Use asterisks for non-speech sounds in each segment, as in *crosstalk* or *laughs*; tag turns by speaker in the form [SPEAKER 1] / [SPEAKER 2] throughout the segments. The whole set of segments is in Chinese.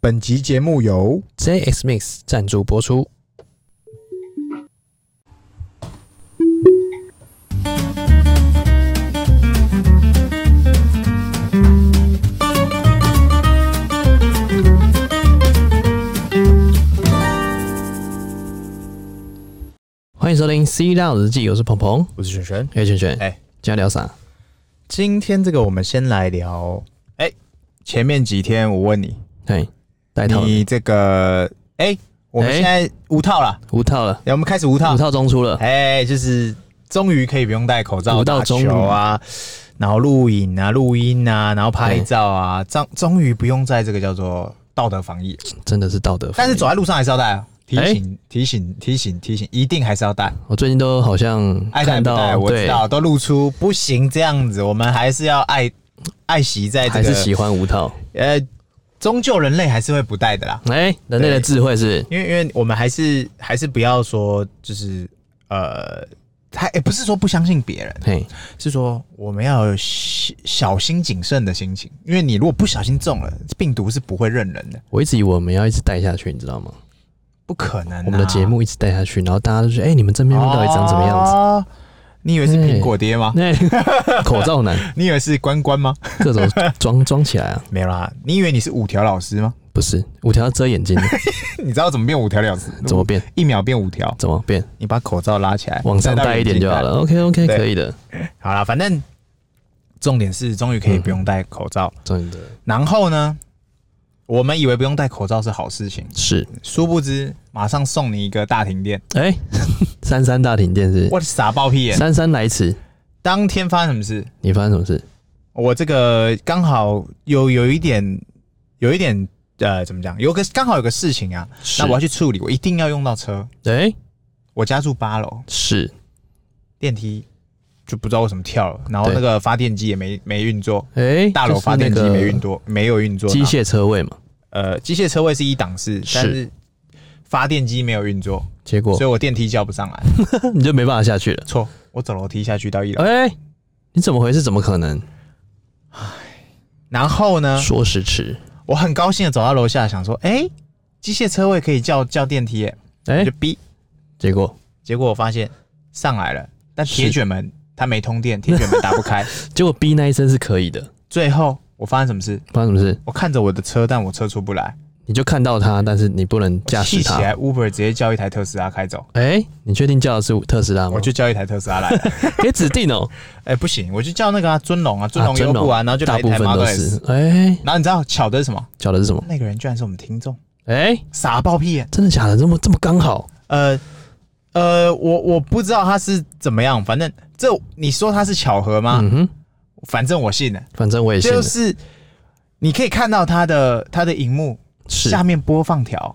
[SPEAKER 1] 本集节目由
[SPEAKER 2] JX Mix 赞助播出。欢迎收听《C 浪日记》，我是鹏鹏，
[SPEAKER 1] 我是璇璇。
[SPEAKER 2] 哎，圈圈，
[SPEAKER 1] 哎
[SPEAKER 2] 今天聊啥？
[SPEAKER 1] 今天这个我们先来聊，哎、前面几天我问你，
[SPEAKER 2] 哎，带套了
[SPEAKER 1] 你这个哎、我们
[SPEAKER 2] 哎
[SPEAKER 1] 现在无套了，
[SPEAKER 2] 无套了，
[SPEAKER 1] 哎我们开始无套
[SPEAKER 2] 无，套中出了，
[SPEAKER 1] 哎、就是终于可以不用戴口罩
[SPEAKER 2] 无套
[SPEAKER 1] 打
[SPEAKER 2] 终于
[SPEAKER 1] 球啊，然后录影啊、录音啊，然后拍
[SPEAKER 2] 对
[SPEAKER 1] 照啊，终终于不用在这个叫做道德防疫了，
[SPEAKER 2] 真的是道德。
[SPEAKER 1] 但是走，在路上还是要戴啊。提
[SPEAKER 2] 哎
[SPEAKER 1] 醒、提醒提醒提醒，一定还是要戴，
[SPEAKER 2] 我最近都好像
[SPEAKER 1] 爱戴
[SPEAKER 2] 看
[SPEAKER 1] 不戴，
[SPEAKER 2] 到，
[SPEAKER 1] 我知
[SPEAKER 2] 对，
[SPEAKER 1] 道都露出不行这样子，我们还是要爱爱惜在这
[SPEAKER 2] 还
[SPEAKER 1] 个
[SPEAKER 2] 是喜欢无套。
[SPEAKER 1] 呃，终究人类还是会不戴的啦，
[SPEAKER 2] 哎、人类的智慧是
[SPEAKER 1] 因为因为我们还是还是不要说就是呃，他也、不是说不相信别人，
[SPEAKER 2] 嘿，
[SPEAKER 1] 是说我们要有小小心谨慎的心情，因为你如果不小心中了，病毒是不会认人的，
[SPEAKER 2] 我一直以为我们要一直带下去，你知道吗？
[SPEAKER 1] 不可能啊、
[SPEAKER 2] 我们的节目一直带下去，然后大家都觉得，哎、你们真面目到底长什么样子？
[SPEAKER 1] 哦你以为是苹果爹吗？
[SPEAKER 2] 那、
[SPEAKER 1] 哎
[SPEAKER 2] *laughs* 口罩男
[SPEAKER 1] 你以为是关关吗？
[SPEAKER 2] 各种装装起来啊，
[SPEAKER 1] 没有啦，你以为你是五条老师吗？
[SPEAKER 2] 不是五条要
[SPEAKER 1] *laughs*
[SPEAKER 2] 遮眼睛，
[SPEAKER 1] 你知道怎么变五条老师？
[SPEAKER 2] 怎么变？
[SPEAKER 1] 一秒变五条？
[SPEAKER 2] 怎么变？
[SPEAKER 1] 你把口罩拉起来，
[SPEAKER 2] 往上
[SPEAKER 1] 戴到
[SPEAKER 2] 带一
[SPEAKER 1] 眼
[SPEAKER 2] 点
[SPEAKER 1] 睛
[SPEAKER 2] 就好
[SPEAKER 1] 来
[SPEAKER 2] 了。OK OK，
[SPEAKER 1] 对
[SPEAKER 2] 可以的，
[SPEAKER 1] 好啦，反正重点是终于可以不用戴口罩。
[SPEAKER 2] 真的
[SPEAKER 1] 然后呢，我们以为不用戴口罩是好事情，
[SPEAKER 2] 是。
[SPEAKER 1] 殊不知马上送你一个大停电，
[SPEAKER 2] 哎、 *laughs* 三三大停电是
[SPEAKER 1] 我傻爆屁眼！
[SPEAKER 2] 三三来迟，
[SPEAKER 1] 当天发生什么事？
[SPEAKER 2] 你发生什么事？
[SPEAKER 1] 我这个刚好有有一点，有一点呃，怎么讲？有个刚好有个事情啊，
[SPEAKER 2] 是
[SPEAKER 1] 那我要去处理，我一定要用到车。
[SPEAKER 2] 哎、
[SPEAKER 1] 我家住八楼，
[SPEAKER 2] 是
[SPEAKER 1] 电梯就不知道为什么跳了，然后
[SPEAKER 2] 对
[SPEAKER 1] 那个发电机也没没运作，
[SPEAKER 2] 哎、
[SPEAKER 1] 大楼
[SPEAKER 2] 就是
[SPEAKER 1] 发电机
[SPEAKER 2] 那个
[SPEAKER 1] 没运作，没有运作，
[SPEAKER 2] 机械车位嘛，
[SPEAKER 1] 呃，机械车位是一档式，
[SPEAKER 2] 是
[SPEAKER 1] 但是发电机没有运作，
[SPEAKER 2] 结果
[SPEAKER 1] 所以我电梯叫不上来。
[SPEAKER 2] 你就没办法下去了。
[SPEAKER 1] 错，我走楼梯下去到一楼。
[SPEAKER 2] 哎、你怎么回事？怎么可能？
[SPEAKER 1] 然后呢，
[SPEAKER 2] 说时迟，
[SPEAKER 1] 我很高兴的走到楼下，想说，哎、机械车位可以叫叫电梯耶，
[SPEAKER 2] 哎、
[SPEAKER 1] 我就逼。
[SPEAKER 2] 结果
[SPEAKER 1] 结果我发现上来了，但
[SPEAKER 2] 是
[SPEAKER 1] 铁卷门它没通电，铁卷门打不
[SPEAKER 2] *laughs*
[SPEAKER 1] 开。
[SPEAKER 2] 结果 B 那一声是可以的，
[SPEAKER 1] 最后我发生什么事？
[SPEAKER 2] 发生什么事？
[SPEAKER 1] 我看着我的车，但我车出不来，
[SPEAKER 2] 你就看到它，但是你不能驾
[SPEAKER 1] 我气
[SPEAKER 2] 驶
[SPEAKER 1] 起
[SPEAKER 2] 它。
[SPEAKER 1] 来，Uber 直接叫一台特斯拉开走，
[SPEAKER 2] 哎、你确定叫的是特斯拉吗
[SPEAKER 1] 我？就叫一台特斯拉来
[SPEAKER 2] *laughs*
[SPEAKER 1] 了。
[SPEAKER 2] 可以指
[SPEAKER 1] *laughs*
[SPEAKER 2] 定哦、
[SPEAKER 1] 哎、不行，我就叫那个啊，尊龙啊，尊
[SPEAKER 2] 啊
[SPEAKER 1] 龙优步啊，然后就
[SPEAKER 2] 大
[SPEAKER 1] 来一
[SPEAKER 2] 部
[SPEAKER 1] 台
[SPEAKER 2] 分
[SPEAKER 1] Model
[SPEAKER 2] 都
[SPEAKER 1] S。
[SPEAKER 2] 是。哎、
[SPEAKER 1] 然后你知道巧的是什么？
[SPEAKER 2] 叫的是什么？
[SPEAKER 1] 那个人居然是我们听众，
[SPEAKER 2] 哎、
[SPEAKER 1] 傻爆屁眼。
[SPEAKER 2] 真的假的？这么这么刚好？
[SPEAKER 1] 呃呃，我我不知道他是怎么样，反正这你说他是巧合吗？
[SPEAKER 2] 嗯哼，
[SPEAKER 1] 反正我信了，
[SPEAKER 2] 反正我也信
[SPEAKER 1] 就
[SPEAKER 2] 了。
[SPEAKER 1] 是你可以看到他的他的荧幕
[SPEAKER 2] 是，
[SPEAKER 1] 下面播放条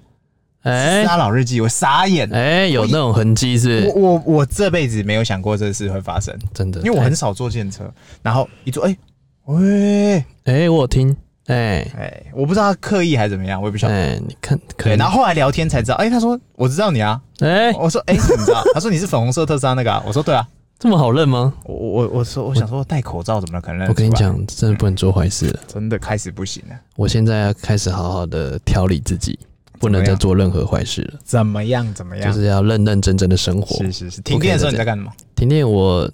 [SPEAKER 2] 哎
[SPEAKER 1] 《杀老日记》，我傻眼。
[SPEAKER 2] 哎、有那种痕迹是不
[SPEAKER 1] 我
[SPEAKER 2] 是
[SPEAKER 1] 我我这辈子没有想过这事会发生，
[SPEAKER 2] 真的，
[SPEAKER 1] 因为我很少坐电车，然后一坐，哎、喂，
[SPEAKER 2] 哎、我有听，哎、
[SPEAKER 1] 哎、我不知道他刻意还是怎么样，我也不晓
[SPEAKER 2] 哎、
[SPEAKER 1] 得。
[SPEAKER 2] 你看，可
[SPEAKER 1] 对，
[SPEAKER 2] 能
[SPEAKER 1] 然后后来聊天才知道，哎、他说我知道你啊，
[SPEAKER 2] 哎、
[SPEAKER 1] 我说哎、你知道？他说你是粉红色特斯拉那个、啊，我说
[SPEAKER 2] *laughs*
[SPEAKER 1] 对啊，
[SPEAKER 2] 这么好认吗？
[SPEAKER 1] 我我我说我想说戴口罩怎么可能认
[SPEAKER 2] 我
[SPEAKER 1] 得出来
[SPEAKER 2] 跟你，讲，真的不能做坏事了。
[SPEAKER 1] 真的开始不行了。
[SPEAKER 2] 我现在要开始好好的调理自己，不能再做任何坏事了，
[SPEAKER 1] 怎么样？怎么样？
[SPEAKER 2] 就是要认认真真的生活。
[SPEAKER 1] 是是是，停电的时候你在干嘛？
[SPEAKER 2] 婷婷，我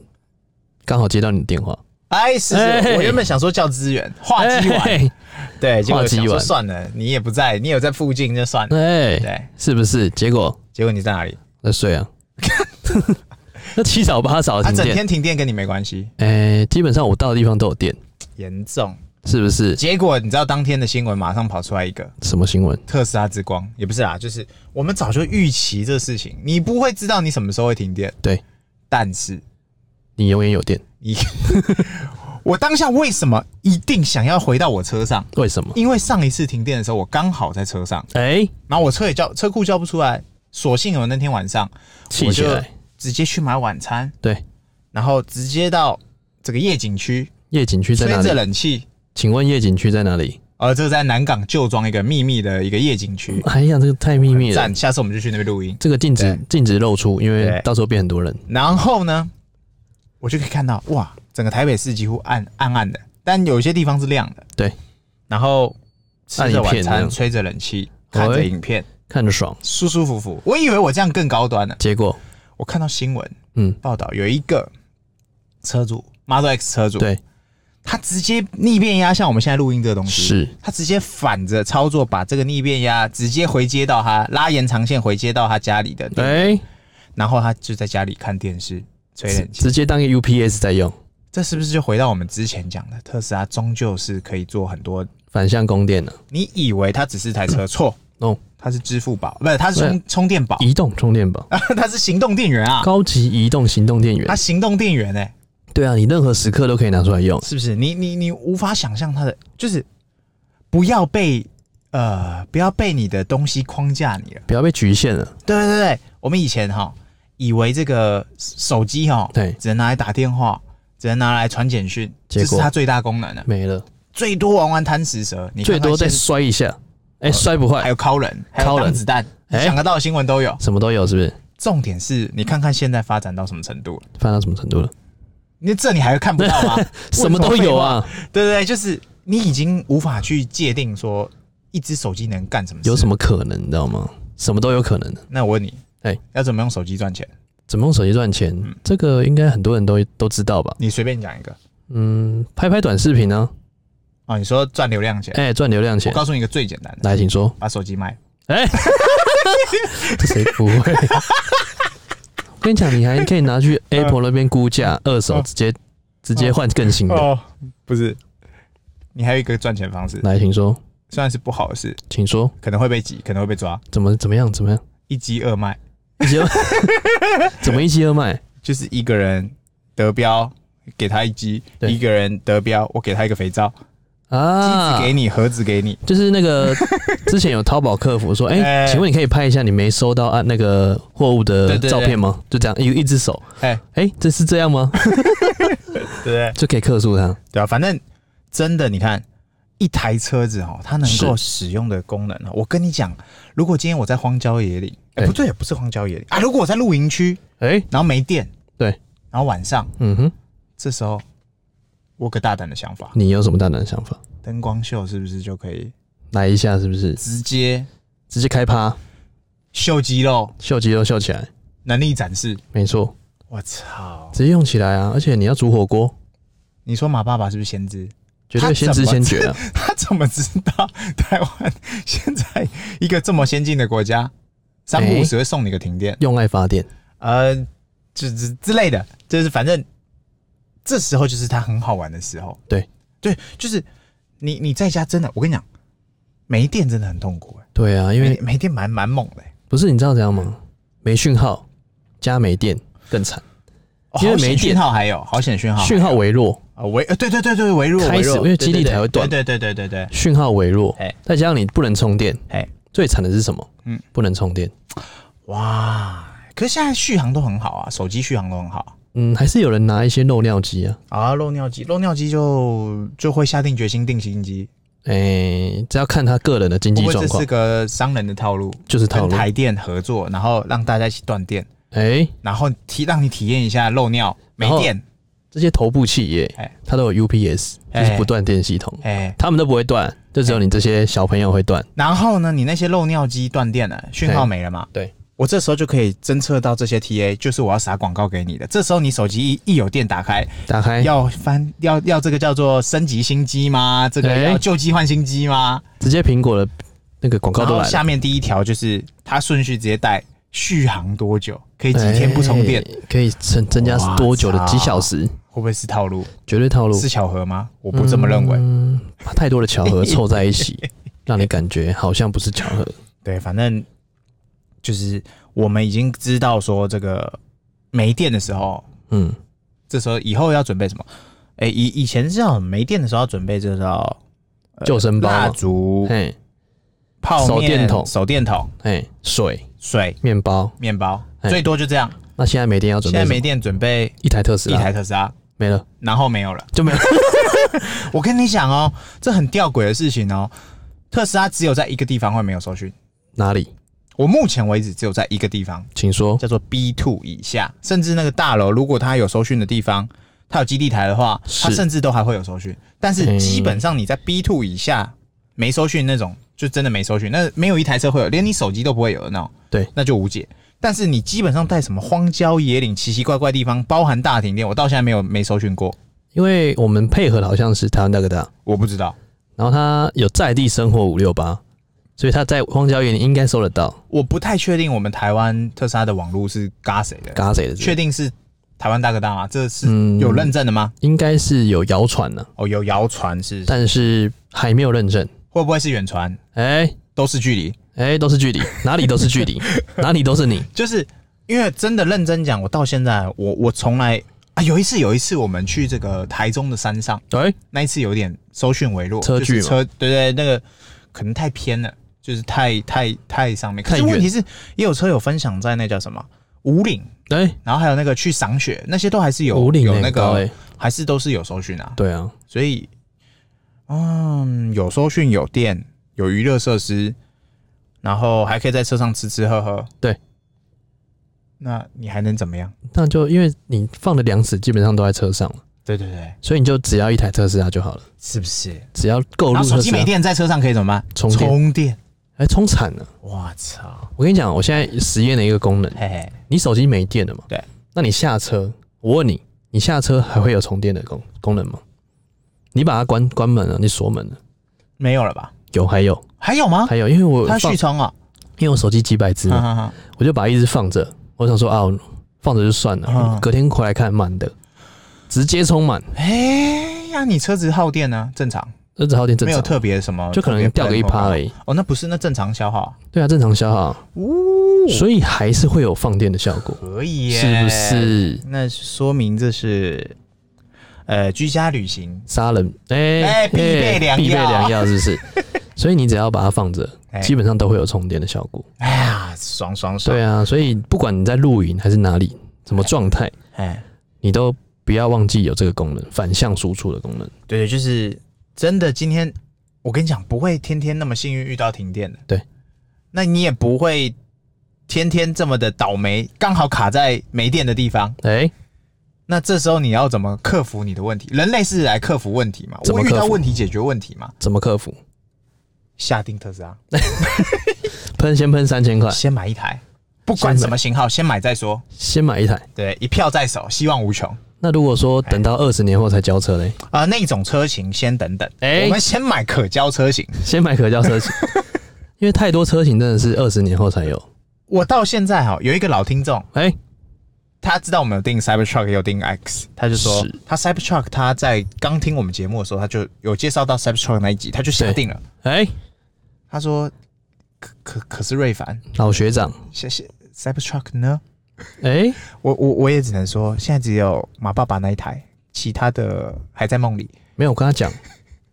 [SPEAKER 2] 刚好接到你的电话，
[SPEAKER 1] 哎，是是，
[SPEAKER 2] 哎
[SPEAKER 1] 我原本想说叫资源话机
[SPEAKER 2] *laughs* 哎
[SPEAKER 1] 玩，
[SPEAKER 2] 嘿
[SPEAKER 1] 对，结果想
[SPEAKER 2] 话机
[SPEAKER 1] 说
[SPEAKER 2] 玩
[SPEAKER 1] 算了，你也不在，你有在附近就算了。
[SPEAKER 2] 嘿哎，
[SPEAKER 1] 对，
[SPEAKER 2] 是不是？结果
[SPEAKER 1] 结果你在哪里？
[SPEAKER 2] 那睡啊， *laughs* 那七早八早
[SPEAKER 1] 他啊
[SPEAKER 2] 的
[SPEAKER 1] 整
[SPEAKER 2] 停电，
[SPEAKER 1] 天停电跟你没关系，
[SPEAKER 2] 哎，基本上我到的地方都有电，
[SPEAKER 1] 严重。
[SPEAKER 2] 是不是？
[SPEAKER 1] 结果你知道当天的新闻马上跑出来一个
[SPEAKER 2] 什么新闻？
[SPEAKER 1] 特斯拉之光，也不是啦，就是我们早就预期这事情，你不会知道你什么时候会停电，
[SPEAKER 2] 对
[SPEAKER 1] 但是
[SPEAKER 2] 你永远有电，
[SPEAKER 1] 你，我当下为什么一定想要回到我车上？
[SPEAKER 2] 为什么？
[SPEAKER 1] 因为上一次停电的时候，我刚好在车上，
[SPEAKER 2] 哎，
[SPEAKER 1] 然后我车也叫车库叫不出来，索性我那天晚上
[SPEAKER 2] 气起
[SPEAKER 1] 我就
[SPEAKER 2] 来，
[SPEAKER 1] 直接去买晚餐，
[SPEAKER 2] 对，
[SPEAKER 1] 然后直接到这个夜景区
[SPEAKER 2] 夜景区在
[SPEAKER 1] 吹
[SPEAKER 2] 哪
[SPEAKER 1] 着
[SPEAKER 2] 里？
[SPEAKER 1] 冷气。
[SPEAKER 2] 请问夜景区在哪里？
[SPEAKER 1] 呃，这个在南港旧庄一个秘密的一个夜景区，
[SPEAKER 2] 哎呀，这个太秘密了
[SPEAKER 1] 赞，，下次我们就去那边录音。
[SPEAKER 2] 这个禁止
[SPEAKER 1] 对
[SPEAKER 2] 禁止露出，因为
[SPEAKER 1] 对
[SPEAKER 2] 到时候变很多人。
[SPEAKER 1] 然后呢，我就可以看到哇，整个台北市几乎暗暗暗的，但有些地方是亮的。
[SPEAKER 2] 对，
[SPEAKER 1] 然后吃
[SPEAKER 2] 按
[SPEAKER 1] 着
[SPEAKER 2] 影片
[SPEAKER 1] 晚
[SPEAKER 2] 这
[SPEAKER 1] 餐，
[SPEAKER 2] 样
[SPEAKER 1] 吹着冷气，看着
[SPEAKER 2] 喂
[SPEAKER 1] 影片，
[SPEAKER 2] 看着爽。
[SPEAKER 1] 舒舒服服。我以为我这样更高端呢。
[SPEAKER 2] 结果，
[SPEAKER 1] 我看到新闻
[SPEAKER 2] 嗯，
[SPEAKER 1] 报道，有一个车主 Model X 车主，
[SPEAKER 2] 对，
[SPEAKER 1] 他直接逆变压，像我们现在录音这个东西，
[SPEAKER 2] 是
[SPEAKER 1] 他直接反着操作，把这个逆变压直接回接到他拉延长线回接到他家里的，对，
[SPEAKER 2] 哎、
[SPEAKER 1] 然后他就在家里看电视吹冷气。
[SPEAKER 2] 直接当一个 UPS 在用，
[SPEAKER 1] 这是不是就回到我们之前讲的，特斯拉终究是可以做很多？
[SPEAKER 2] 反向供电了。
[SPEAKER 1] 你以为它只是台
[SPEAKER 2] *coughs*
[SPEAKER 1] 车，错，
[SPEAKER 2] 哦，
[SPEAKER 1] 它是支付宝，不是，它是充充电宝， *laughs*
[SPEAKER 2] 移动充电宝，
[SPEAKER 1] 它是行动电源啊，
[SPEAKER 2] 高级移动行动电源
[SPEAKER 1] 它。行动电源哎、
[SPEAKER 2] 对啊，你任何时刻都可以拿出来用。
[SPEAKER 1] 是不是？你你你无法想象它的，就是不要被呃不要被你的东西框架你了。
[SPEAKER 2] 不要被局限了。
[SPEAKER 1] 对对对对，我们以前哈以为这个手机哈，
[SPEAKER 2] 对
[SPEAKER 1] 只能拿来打电话，只能拿来传简讯，
[SPEAKER 2] 结
[SPEAKER 1] 这
[SPEAKER 2] 果
[SPEAKER 1] 是它最大功能了。
[SPEAKER 2] 没了，
[SPEAKER 1] 最多玩玩贪食蛇，你看
[SPEAKER 2] 最
[SPEAKER 1] 看
[SPEAKER 2] 多再
[SPEAKER 1] 现在
[SPEAKER 2] 摔一下，哎、摔不
[SPEAKER 1] 还
[SPEAKER 2] 坏，
[SPEAKER 1] 有敲人，还有
[SPEAKER 2] 敲人
[SPEAKER 1] 挡子弹，你
[SPEAKER 2] 哎
[SPEAKER 1] 想得到的新闻都有。
[SPEAKER 2] 什么都有，是不是？
[SPEAKER 1] 重点是你看看现在发展到什么程度了，
[SPEAKER 2] 翻到什么程度了？
[SPEAKER 1] 你这你还看不
[SPEAKER 2] *laughs*
[SPEAKER 1] 到吗？
[SPEAKER 2] 什么都有啊，
[SPEAKER 1] 对对对，就是你已经无法去界定说一只手机能干什么事。
[SPEAKER 2] 有什？么可能？你知道吗？什么都有可能。
[SPEAKER 1] 那我问你，
[SPEAKER 2] 哎
[SPEAKER 1] 要怎么用手机赚钱？
[SPEAKER 2] 怎么用手机赚钱？
[SPEAKER 1] 嗯
[SPEAKER 2] 这个应该很多人都都知道吧？
[SPEAKER 1] 你随便讲一个
[SPEAKER 2] 嗯，拍拍短视频呢、
[SPEAKER 1] 啊、你说赚流量钱，
[SPEAKER 2] 哎、赚流量
[SPEAKER 1] 我
[SPEAKER 2] 钱。
[SPEAKER 1] 告诉你一个最简单的，
[SPEAKER 2] 来，请说。
[SPEAKER 1] 把手机卖。
[SPEAKER 2] 哎、这谁不会？我跟你讲，你还可以拿去 Apple 那边估价，二手直接直接换更新的。
[SPEAKER 1] 哦，不是，你还有一个赚钱方式，
[SPEAKER 2] 来，请说，
[SPEAKER 1] 虽然是不好的事，
[SPEAKER 2] 请说，
[SPEAKER 1] 可能会被挤，可能会被抓，
[SPEAKER 2] 怎么怎么样？怎么样？
[SPEAKER 1] 一机二卖，
[SPEAKER 2] 一机二 *laughs* 怎么一机二卖？
[SPEAKER 1] 就是一个人得标。给他一机，
[SPEAKER 2] 对
[SPEAKER 1] 一个人得标，我给他一个肥皂，机
[SPEAKER 2] 啊，
[SPEAKER 1] 子给你，盒子给你，
[SPEAKER 2] 就是那个之前有淘宝客服说，哎、
[SPEAKER 1] 哎
[SPEAKER 2] 请问你可以拍一下你没收到啊那个货物
[SPEAKER 1] 对
[SPEAKER 2] 的
[SPEAKER 1] 对对
[SPEAKER 2] 照片吗？就这样，一一只手，
[SPEAKER 1] 哎、
[SPEAKER 2] 哎、这是这样吗？ *laughs*
[SPEAKER 1] 对不对？
[SPEAKER 2] 就可以克诉他，
[SPEAKER 1] 对啊，反正真的，你看一台车子哦，它能够使用的功能哦，我跟你讲，如果今天我在荒郊野岭，哎、
[SPEAKER 2] 对
[SPEAKER 1] 不对，也不是荒郊野岭啊，如果我在露营区，
[SPEAKER 2] 哎、
[SPEAKER 1] 然后没电，
[SPEAKER 2] 对，
[SPEAKER 1] 然后晚上
[SPEAKER 2] 嗯哼，
[SPEAKER 1] 这时候，我有个大胆的想法，
[SPEAKER 2] 你有什么大胆的想法？
[SPEAKER 1] 灯光秀是不是就可以
[SPEAKER 2] 来一下是不是？
[SPEAKER 1] 直接
[SPEAKER 2] 直接开趴，
[SPEAKER 1] 秀肌肉、
[SPEAKER 2] 秀肌肉秀起来，
[SPEAKER 1] 能力展示？
[SPEAKER 2] 没错，
[SPEAKER 1] 我操！
[SPEAKER 2] 直接用起来啊！而且你要煮火锅，
[SPEAKER 1] 你说马爸爸是不是先知？
[SPEAKER 2] 绝对先知先觉啊！
[SPEAKER 1] 他怎么知道台湾现在一个这么先进的国家，三不五时会送你个停电？
[SPEAKER 2] 用爱发电，
[SPEAKER 1] 呃，之之之类的，就是反正这时候就是它很好玩的时候。
[SPEAKER 2] 对
[SPEAKER 1] 对，就是你你在家真的，我跟你讲，没电真的很痛苦、欸，
[SPEAKER 2] 对啊，因
[SPEAKER 1] 没
[SPEAKER 2] 为
[SPEAKER 1] 没电蛮蛮猛的、欸。
[SPEAKER 2] 不是你知道怎样吗？没讯号加没电更惨，
[SPEAKER 1] 哦
[SPEAKER 2] 因为
[SPEAKER 1] 好险
[SPEAKER 2] 没电
[SPEAKER 1] 讯号还有好险讯号，
[SPEAKER 2] 讯号微弱，
[SPEAKER 1] 啊微呃对对对对微弱
[SPEAKER 2] 开
[SPEAKER 1] 微
[SPEAKER 2] 始
[SPEAKER 1] 弱，
[SPEAKER 2] 因为基地
[SPEAKER 1] 对
[SPEAKER 2] 台会断
[SPEAKER 1] 对对对对对对，
[SPEAKER 2] 讯号微弱
[SPEAKER 1] 哎，
[SPEAKER 2] 再加上你不能充电，
[SPEAKER 1] 哎
[SPEAKER 2] 最惨的是什么？
[SPEAKER 1] 嗯
[SPEAKER 2] 嗯，不能充电。
[SPEAKER 1] 哇！可是现在续航都很好啊，手机续航都很好
[SPEAKER 2] 嗯，还是有人拿一些漏尿机啊，
[SPEAKER 1] 啊。漏尿机，漏尿机就就会下定决心定型机，
[SPEAKER 2] 哎、这要看他个人的经
[SPEAKER 1] 不
[SPEAKER 2] 济
[SPEAKER 1] 过
[SPEAKER 2] 状
[SPEAKER 1] 这
[SPEAKER 2] 况
[SPEAKER 1] 是，个商人的套路，
[SPEAKER 2] 就是套
[SPEAKER 1] 跟
[SPEAKER 2] 路。
[SPEAKER 1] 台电合作，然后让大家一起断电。
[SPEAKER 2] 哎、
[SPEAKER 1] 然后体让你体验一下漏尿没
[SPEAKER 2] 然后
[SPEAKER 1] 电，
[SPEAKER 2] 这些头部企业，
[SPEAKER 1] 哎
[SPEAKER 2] 它都有 UPS，就
[SPEAKER 1] 哎
[SPEAKER 2] 是不断电系统，
[SPEAKER 1] 哎、
[SPEAKER 2] 他们都不会断，就只有你这些小朋友会断。
[SPEAKER 1] 然后呢，你那些漏尿机断电了，讯号没了嘛？
[SPEAKER 2] 对，
[SPEAKER 1] 我这时候就可以侦测到这些 TA，就是我要撒广告给你的。这时候你手机一一有电打开，
[SPEAKER 2] 打开
[SPEAKER 1] 要翻要要这个叫做升级新机吗？这个
[SPEAKER 2] 哎
[SPEAKER 1] 要旧机换新机吗？
[SPEAKER 2] 直接苹果的那个广告
[SPEAKER 1] 然
[SPEAKER 2] 都
[SPEAKER 1] 后
[SPEAKER 2] 来了，
[SPEAKER 1] 下面第一条就是它顺序直接带续航多久，可以几天不充电，
[SPEAKER 2] 哎可以增增加
[SPEAKER 1] 哇
[SPEAKER 2] 多久的
[SPEAKER 1] 操
[SPEAKER 2] 几小时？
[SPEAKER 1] 会不会是套路？
[SPEAKER 2] 绝对套路，
[SPEAKER 1] 是巧合吗？我不这么认为。
[SPEAKER 2] 哦嗯，把太多的巧合凑在一起，
[SPEAKER 1] *laughs*
[SPEAKER 2] 让你感觉好像不是巧合。
[SPEAKER 1] 对，反正就是我们已经知道说这个没电的时候，
[SPEAKER 2] 嗯，
[SPEAKER 1] 这时候以后要准备什么？哎、以以前是要没电的时候要准备这叫
[SPEAKER 2] 救生包
[SPEAKER 1] 蜡
[SPEAKER 2] 嘛，
[SPEAKER 1] 烛、
[SPEAKER 2] 哎
[SPEAKER 1] 泡面、
[SPEAKER 2] 嗯手电筒
[SPEAKER 1] 手电筒、
[SPEAKER 2] 哎，水、
[SPEAKER 1] 水、
[SPEAKER 2] 面包。
[SPEAKER 1] 面包，
[SPEAKER 2] 哎
[SPEAKER 1] 最多就这样。
[SPEAKER 2] 那现在每天要准
[SPEAKER 1] 现在
[SPEAKER 2] 备什么啊
[SPEAKER 1] 没电，准备
[SPEAKER 2] 一台特斯
[SPEAKER 1] 一
[SPEAKER 2] 拉，
[SPEAKER 1] 台特斯拉，
[SPEAKER 2] 没了
[SPEAKER 1] 然后没有了。
[SPEAKER 2] 就没
[SPEAKER 1] *laughs*
[SPEAKER 2] 了。
[SPEAKER 1] 我跟你讲哦，这很吊诡的事情哦。特斯拉只有在一个地方会没有搜讯，
[SPEAKER 2] 哪里？
[SPEAKER 1] 我目前为止只有在一个地方，
[SPEAKER 2] 请说。
[SPEAKER 1] 叫做 B two 以下，甚至那个大楼如果它有收讯的地方，它有基地台的话，
[SPEAKER 2] 是
[SPEAKER 1] 它甚至都还会有收讯。但是
[SPEAKER 2] 嗯
[SPEAKER 1] 基本上你在 B two 以下没搜寻那种，就真的没搜寻，那没有一台车会有，连你手机都不会有的那种，
[SPEAKER 2] 对，
[SPEAKER 1] 那就无解。但是你基本上在什么荒郊野岭、奇奇怪怪地方，包含大停电，我到现在没有没搜寻过，
[SPEAKER 2] 因为我们配合的好像是台湾大哥大，
[SPEAKER 1] 我不知道。
[SPEAKER 2] 然后他有在地生活五六八，所以他在荒郊野岭应该搜得到
[SPEAKER 1] 我不太确定我们台湾特斯拉的网络是嘎谁的，
[SPEAKER 2] 嘎谁的字，
[SPEAKER 1] 确定是台湾大哥大吗？这是
[SPEAKER 2] 嗯
[SPEAKER 1] 有认证的吗？
[SPEAKER 2] 应该是有谣传啊呢，
[SPEAKER 1] 哦，有谣传是，
[SPEAKER 2] 但是还没有认证。
[SPEAKER 1] 会不会是远传？
[SPEAKER 2] 哎、
[SPEAKER 1] 都是距离，
[SPEAKER 2] 哎、都是距离，哪里都是
[SPEAKER 1] *laughs*
[SPEAKER 2] 距离，哪里都是你。
[SPEAKER 1] 就是因为真的认真讲，我到现在我我从来啊，有一次有一次我们去这个台中的山上，
[SPEAKER 2] 哎、
[SPEAKER 1] 那一次有点搜讯微弱，
[SPEAKER 2] 车
[SPEAKER 1] 就
[SPEAKER 2] 距
[SPEAKER 1] 是
[SPEAKER 2] 嘛
[SPEAKER 1] 车对对，那个可能太偏了，就是太太太上面。可是
[SPEAKER 2] 太远
[SPEAKER 1] 问题是，也有车友分享在那叫什么五岭，
[SPEAKER 2] 哎、
[SPEAKER 1] 然后还有那个去赏雪，那些都还是有
[SPEAKER 2] 五岭
[SPEAKER 1] 有
[SPEAKER 2] 很
[SPEAKER 1] 那
[SPEAKER 2] 高
[SPEAKER 1] 个、啊
[SPEAKER 2] 欸
[SPEAKER 1] 还是都是有搜讯啊，
[SPEAKER 2] 对啊，
[SPEAKER 1] 所以嗯，有搜讯有电有娱乐设施，然后还可以在车上吃吃喝喝，
[SPEAKER 2] 对。
[SPEAKER 1] 那你还能怎么样？
[SPEAKER 2] 那就因为你放的粮食基本上都在车上了，
[SPEAKER 1] 对对对，
[SPEAKER 2] 所以你就只要一台特斯拉就好了，
[SPEAKER 1] 是不是？
[SPEAKER 2] 只要购
[SPEAKER 1] 然
[SPEAKER 2] 入
[SPEAKER 1] 后手
[SPEAKER 2] 特
[SPEAKER 1] 机
[SPEAKER 2] 斯拉
[SPEAKER 1] 没，电，在车上可以怎么办？
[SPEAKER 2] 啊充电
[SPEAKER 1] 充电。
[SPEAKER 2] 哎，充惨了。
[SPEAKER 1] 我操！
[SPEAKER 2] 我跟你讲，我现在实验了一个功能，
[SPEAKER 1] 嘿嘿，
[SPEAKER 2] 你手机没电了嘛？
[SPEAKER 1] 对，
[SPEAKER 2] 那你下车，我问你，你下车还会有充电的功功能吗？你把它关关门了，你锁门了，
[SPEAKER 1] 没有了吧？
[SPEAKER 2] 有还有
[SPEAKER 1] 还有吗？
[SPEAKER 2] 还有，因嗯为我
[SPEAKER 1] 啊它
[SPEAKER 2] 放
[SPEAKER 1] 续充啊！
[SPEAKER 2] 因为我手机几百只嘛，
[SPEAKER 1] 哈哈
[SPEAKER 2] 我就把一只放着，我想说啊，我放着就算了
[SPEAKER 1] 嗯，
[SPEAKER 2] 隔天回来看满的，直接充满，
[SPEAKER 1] 哎呀，你车子耗电呢？正常，
[SPEAKER 2] 这只耗电正
[SPEAKER 1] 没有
[SPEAKER 2] 常，
[SPEAKER 1] 特别什么，
[SPEAKER 2] 就可能掉个一趴而
[SPEAKER 1] 已。
[SPEAKER 2] 已。
[SPEAKER 1] 哦，那不是，那正常消耗啊
[SPEAKER 2] 对啊，正常消耗，所以还是会有放电的效果，
[SPEAKER 1] 可以耶，
[SPEAKER 2] 是不？是？
[SPEAKER 1] 那说明这是呃居家旅行，
[SPEAKER 2] 杀人哎
[SPEAKER 1] 哎必备良药
[SPEAKER 2] 必备良药是
[SPEAKER 1] *laughs*
[SPEAKER 2] 不是？所以你只要把它放着，
[SPEAKER 1] 哎
[SPEAKER 2] 基本上都会有充电的效果。
[SPEAKER 1] 哎呀，爽爽爽！
[SPEAKER 2] 对啊，所以不管你在露营还是哪里，什么状态，
[SPEAKER 1] 哎，
[SPEAKER 2] 你都不要忘记有这个功能，反向输出的功能。
[SPEAKER 1] 对，就是真的。今天我跟你讲，不会天天那么幸运遇到停电的，
[SPEAKER 2] 对。
[SPEAKER 1] 那你也不会天天这么的倒霉，刚好卡在没电的地方。
[SPEAKER 2] 哎，
[SPEAKER 1] 那这时候你要怎么克服你的问题？人类是来克服问题嘛？
[SPEAKER 2] 怎么
[SPEAKER 1] 我
[SPEAKER 2] 克
[SPEAKER 1] 遇
[SPEAKER 2] 服
[SPEAKER 1] 到问题解决问题嘛？
[SPEAKER 2] 怎么克服？
[SPEAKER 1] 下定特斯拉，
[SPEAKER 2] 喷先喷三千块，
[SPEAKER 1] 先买一台，不管
[SPEAKER 2] 哎先买
[SPEAKER 1] 什么型号，先买再说。
[SPEAKER 2] 先买一台。
[SPEAKER 1] 对，一票在手，希望无穷。
[SPEAKER 2] 那如果说等
[SPEAKER 1] 哎
[SPEAKER 2] 到二十年后才交车嘞，
[SPEAKER 1] 啊、那种车型先等等，
[SPEAKER 2] 哎
[SPEAKER 1] 我们先买可交车型。
[SPEAKER 2] 先买可交车型， *laughs* 因为太多车型真的是二十年后才有。
[SPEAKER 1] 我到现在哈，有一个老听众，
[SPEAKER 2] 哎，
[SPEAKER 1] 他知道我们有订 Cybertruck 也有订 X，他就说
[SPEAKER 2] 是
[SPEAKER 1] 他 Cybertruck 他在刚听我们节目的时候，他就有介绍到 Cybertruck 那一集，他就下定了。
[SPEAKER 2] 哎，
[SPEAKER 1] 他说可可可是瑞凡，
[SPEAKER 2] 老学长，
[SPEAKER 1] 谢谢 Cybertruck 呢？
[SPEAKER 2] 哎，
[SPEAKER 1] 我我我也只能说，现在只有马爸爸那一台，其他的还在梦里。
[SPEAKER 2] 没有，我跟他讲，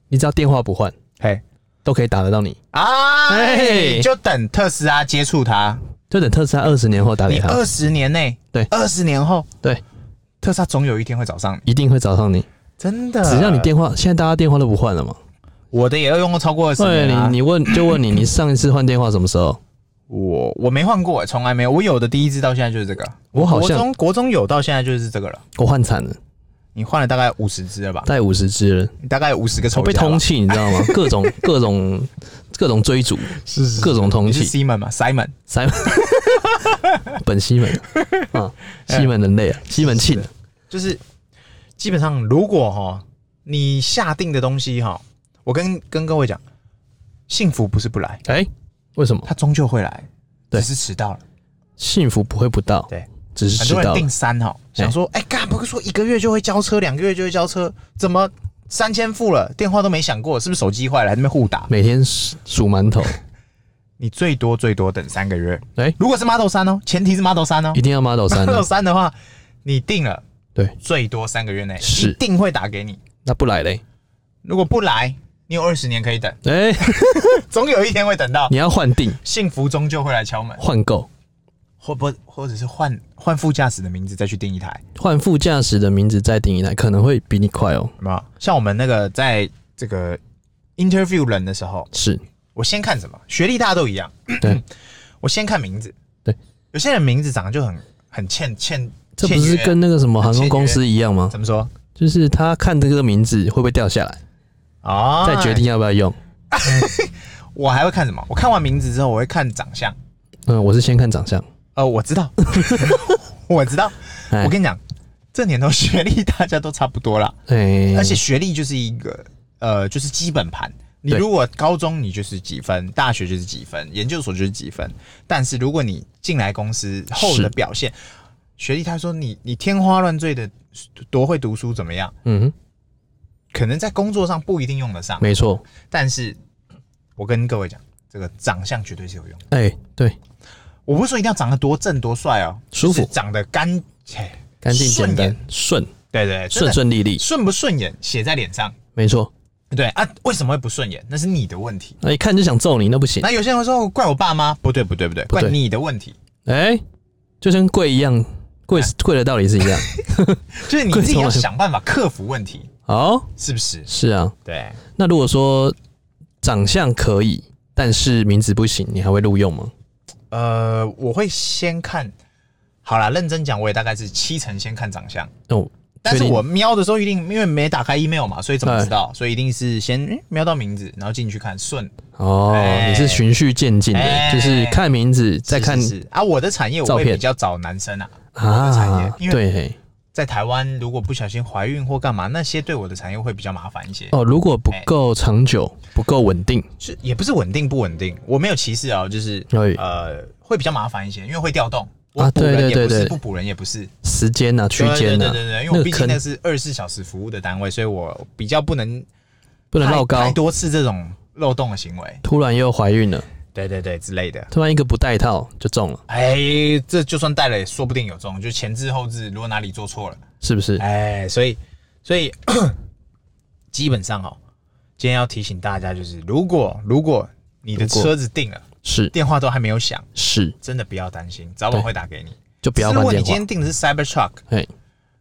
[SPEAKER 2] 你只要电话不换，
[SPEAKER 1] 嘿，
[SPEAKER 2] 都可以打得到你，
[SPEAKER 1] 啊，
[SPEAKER 2] 嘿
[SPEAKER 1] 就等特斯拉接触它，
[SPEAKER 2] 就等特斯拉二十年后打
[SPEAKER 1] 你
[SPEAKER 2] 给他
[SPEAKER 1] 二，十年内，
[SPEAKER 2] 对
[SPEAKER 1] 二十年后，
[SPEAKER 2] 对，
[SPEAKER 1] 特斯拉总有一天会找上你，
[SPEAKER 2] 一定会找上你。
[SPEAKER 1] 真的。
[SPEAKER 2] 只要你，电话，现在大家电话都不换了嘛。
[SPEAKER 1] 我的也要用过超过二十
[SPEAKER 2] 对
[SPEAKER 1] 年啊。
[SPEAKER 2] 你，你问就问你，你上一次换电话什么时候？
[SPEAKER 1] 我我没换过，从来没有。我有的第一支到现在就是这个，
[SPEAKER 2] 我好
[SPEAKER 1] 国
[SPEAKER 2] 像
[SPEAKER 1] 中国中有到现在就是这个了。
[SPEAKER 2] 我换惨了，
[SPEAKER 1] 你换了大概五十支了吧？
[SPEAKER 2] 带五十只了，
[SPEAKER 1] 你大概有五十个
[SPEAKER 2] 我
[SPEAKER 1] 抽
[SPEAKER 2] 被
[SPEAKER 1] 奖吧
[SPEAKER 2] 通气，你知道吗？各种各种各种
[SPEAKER 1] *laughs*
[SPEAKER 2] 追逐，
[SPEAKER 1] 是是
[SPEAKER 2] 各种通
[SPEAKER 1] 你是
[SPEAKER 2] 气，
[SPEAKER 1] Simon 嘛？Simon
[SPEAKER 2] 塞 *laughs* 本西门
[SPEAKER 1] *laughs*
[SPEAKER 2] 啊，西门人类啊，西门庆啊，
[SPEAKER 1] 哎就是基本上，如果哈你下定的东西哈，我跟跟各位讲，幸福不是不来，
[SPEAKER 2] 哎，为什么
[SPEAKER 1] 它终究会来，
[SPEAKER 2] 对
[SPEAKER 1] 只是迟到了。
[SPEAKER 2] 幸福不会不到？
[SPEAKER 1] 对，
[SPEAKER 2] 只是
[SPEAKER 1] 很
[SPEAKER 2] 迟
[SPEAKER 1] 多人
[SPEAKER 2] 到了
[SPEAKER 1] 订。三哈，想说哎干、不是说一个月就会交车，两个月就会交车，怎么三千付了，电话都没响过，是不是手机坏了，还在那边互打？
[SPEAKER 2] 每天数数
[SPEAKER 1] *laughs*
[SPEAKER 2] 馒头，
[SPEAKER 1] 你最多最多等三个月。
[SPEAKER 2] 哎
[SPEAKER 1] 如果是 Model 三哦，前提是 Model 三哦
[SPEAKER 2] 一定要 Model 三
[SPEAKER 1] *laughs* ，Model
[SPEAKER 2] 啊，
[SPEAKER 1] 三的话，你定了，
[SPEAKER 2] 对
[SPEAKER 1] 最多三个月内
[SPEAKER 2] 是
[SPEAKER 1] 一定会打给你。
[SPEAKER 2] 那不来嘞？
[SPEAKER 1] 如果不来，你有二十年可以等， *laughs*
[SPEAKER 2] 哎，
[SPEAKER 1] 总有一天会等到
[SPEAKER 2] 你。要换定
[SPEAKER 1] 幸福终究会来敲门，
[SPEAKER 2] 换购。
[SPEAKER 1] 或不或者是换换副驾驶的名字再去定一台，
[SPEAKER 2] 换副驾驶的名字再定一台，可能会比你快哦。
[SPEAKER 1] 有没有？像我们那个在这个 interview 人的时候，
[SPEAKER 2] 是，
[SPEAKER 1] 我先看什么？学历大家都一样，
[SPEAKER 2] 对，
[SPEAKER 1] *clears throat* 我先看名字。
[SPEAKER 2] 对，
[SPEAKER 1] 有些人名字长得就很很欠欠，
[SPEAKER 2] 这
[SPEAKER 1] 欠
[SPEAKER 2] 不是
[SPEAKER 1] 约
[SPEAKER 2] 跟那个什么航空公司一样吗？
[SPEAKER 1] 怎么说？
[SPEAKER 2] 就是他看这个名字会不会掉下来，
[SPEAKER 1] 哦，
[SPEAKER 2] 再决定要不要用。
[SPEAKER 1] 我还会看什么？我看完名字之后，我会看长相。
[SPEAKER 2] 嗯，我是先看长相。
[SPEAKER 1] 呃，我知
[SPEAKER 2] *laughs*
[SPEAKER 1] 道，我知道。
[SPEAKER 2] 哎
[SPEAKER 1] 我跟你讲，这年头学历大家都差不多啦，
[SPEAKER 2] 哎，
[SPEAKER 1] 而且学历就是一个呃，就是基本盘。你
[SPEAKER 2] 对
[SPEAKER 1] 如果高中你就是几分，大学就是几分，研究所就是几分。但是如果你进来公司后
[SPEAKER 2] 是
[SPEAKER 1] 的表现，学历他说你你天花乱坠的多会读书怎么样？
[SPEAKER 2] 嗯，
[SPEAKER 1] 可能在工作上不一定用得上，
[SPEAKER 2] 没错。
[SPEAKER 1] 但是我跟各位讲，这个长相绝对是有用的。
[SPEAKER 2] 哎，对，
[SPEAKER 1] 我不是说一定要长得多正多帅哦，
[SPEAKER 2] 舒服
[SPEAKER 1] 就是长得干，嘿
[SPEAKER 2] 干净简
[SPEAKER 1] 顺
[SPEAKER 2] 单
[SPEAKER 1] 眼，
[SPEAKER 2] 顺
[SPEAKER 1] 对对对，真
[SPEAKER 2] 顺
[SPEAKER 1] 的
[SPEAKER 2] 顺利利，
[SPEAKER 1] 顺不顺眼写在脸上，
[SPEAKER 2] 没错。
[SPEAKER 1] 对啊，为什么会不顺眼？那是你的问题。
[SPEAKER 2] 那一看就想揍你，那不行。
[SPEAKER 1] 那有些人会说怪我爸妈，不对不对不对，
[SPEAKER 2] 对
[SPEAKER 1] 怪你的问题，
[SPEAKER 2] 哎，就跟跪一样，跪
[SPEAKER 1] 哎
[SPEAKER 2] 跪的道理是一
[SPEAKER 1] *laughs*
[SPEAKER 2] 样。
[SPEAKER 1] 就是你
[SPEAKER 2] 怪
[SPEAKER 1] 自己
[SPEAKER 2] 从
[SPEAKER 1] 要
[SPEAKER 2] 来
[SPEAKER 1] 想办法克服问题，
[SPEAKER 2] 好，
[SPEAKER 1] 是不是？
[SPEAKER 2] 是啊。
[SPEAKER 1] 对，
[SPEAKER 2] 那如果说长相可以，但是名字不行，你还会录用吗？
[SPEAKER 1] 呃，我会先看，好啦，认真讲，我也大概是七成先看长相。
[SPEAKER 2] 哦，
[SPEAKER 1] 但是
[SPEAKER 2] 确定哎
[SPEAKER 1] 我瞄的时候一定因为没打开 email 嘛，所以怎么知道？所以一定是先嗯瞄到名字，然后进去看顺。
[SPEAKER 2] 哦，
[SPEAKER 1] 哎
[SPEAKER 2] 你是循序渐进的，
[SPEAKER 1] 哎
[SPEAKER 2] 就是看名字，再看
[SPEAKER 1] 是是是啊，我的产业我
[SPEAKER 2] 照
[SPEAKER 1] 会
[SPEAKER 2] 片
[SPEAKER 1] 比较找男生啊，我的产
[SPEAKER 2] 啊
[SPEAKER 1] 业，因为
[SPEAKER 2] 对嘿
[SPEAKER 1] 在台湾如果不小心怀孕或干嘛，那些对我的产业会比较麻烦一些。
[SPEAKER 2] 哦，如果不
[SPEAKER 1] 哎
[SPEAKER 2] 够长久，不够稳定，
[SPEAKER 1] 是也不是稳定不稳定，我没有歧视啊，就是
[SPEAKER 2] 哎
[SPEAKER 1] 呃会比较麻烦一些，因为会调动。
[SPEAKER 2] 啊
[SPEAKER 1] 我补人
[SPEAKER 2] 对对
[SPEAKER 1] 也不
[SPEAKER 2] 对
[SPEAKER 1] 是，
[SPEAKER 2] 对
[SPEAKER 1] 不补人也不是，
[SPEAKER 2] 时间啊呐，区
[SPEAKER 1] 对对
[SPEAKER 2] 间呐
[SPEAKER 1] 对对对，，因为
[SPEAKER 2] 那
[SPEAKER 1] 我
[SPEAKER 2] 个
[SPEAKER 1] 毕竟那
[SPEAKER 2] 坑
[SPEAKER 1] 是二十四小时服务的单位，所以我比较不能
[SPEAKER 2] 不能
[SPEAKER 1] 太
[SPEAKER 2] 绕
[SPEAKER 1] 太
[SPEAKER 2] 高，
[SPEAKER 1] 多次这种漏洞的行为，
[SPEAKER 2] 突然又怀孕了，
[SPEAKER 1] 对对对之类的。
[SPEAKER 2] 突然一个不带套就中了，
[SPEAKER 1] 哎，这就算带了，也说不定有中，就前置后置，如果哪里做错了，
[SPEAKER 2] 是不是？
[SPEAKER 1] 哎，所以所以 *coughs* 基本上哦，今天要提醒大家就是，如果如果你的
[SPEAKER 2] 如果
[SPEAKER 1] 车子定了，
[SPEAKER 2] 是
[SPEAKER 1] 电话都还没有响，
[SPEAKER 2] 是，
[SPEAKER 1] 真的不要担心，早晚会打给你。
[SPEAKER 2] 就不要
[SPEAKER 1] 只是如果
[SPEAKER 2] 换
[SPEAKER 1] 你
[SPEAKER 2] 电
[SPEAKER 1] 今
[SPEAKER 2] 话
[SPEAKER 1] 天。定的是 Cybertruck，
[SPEAKER 2] 哎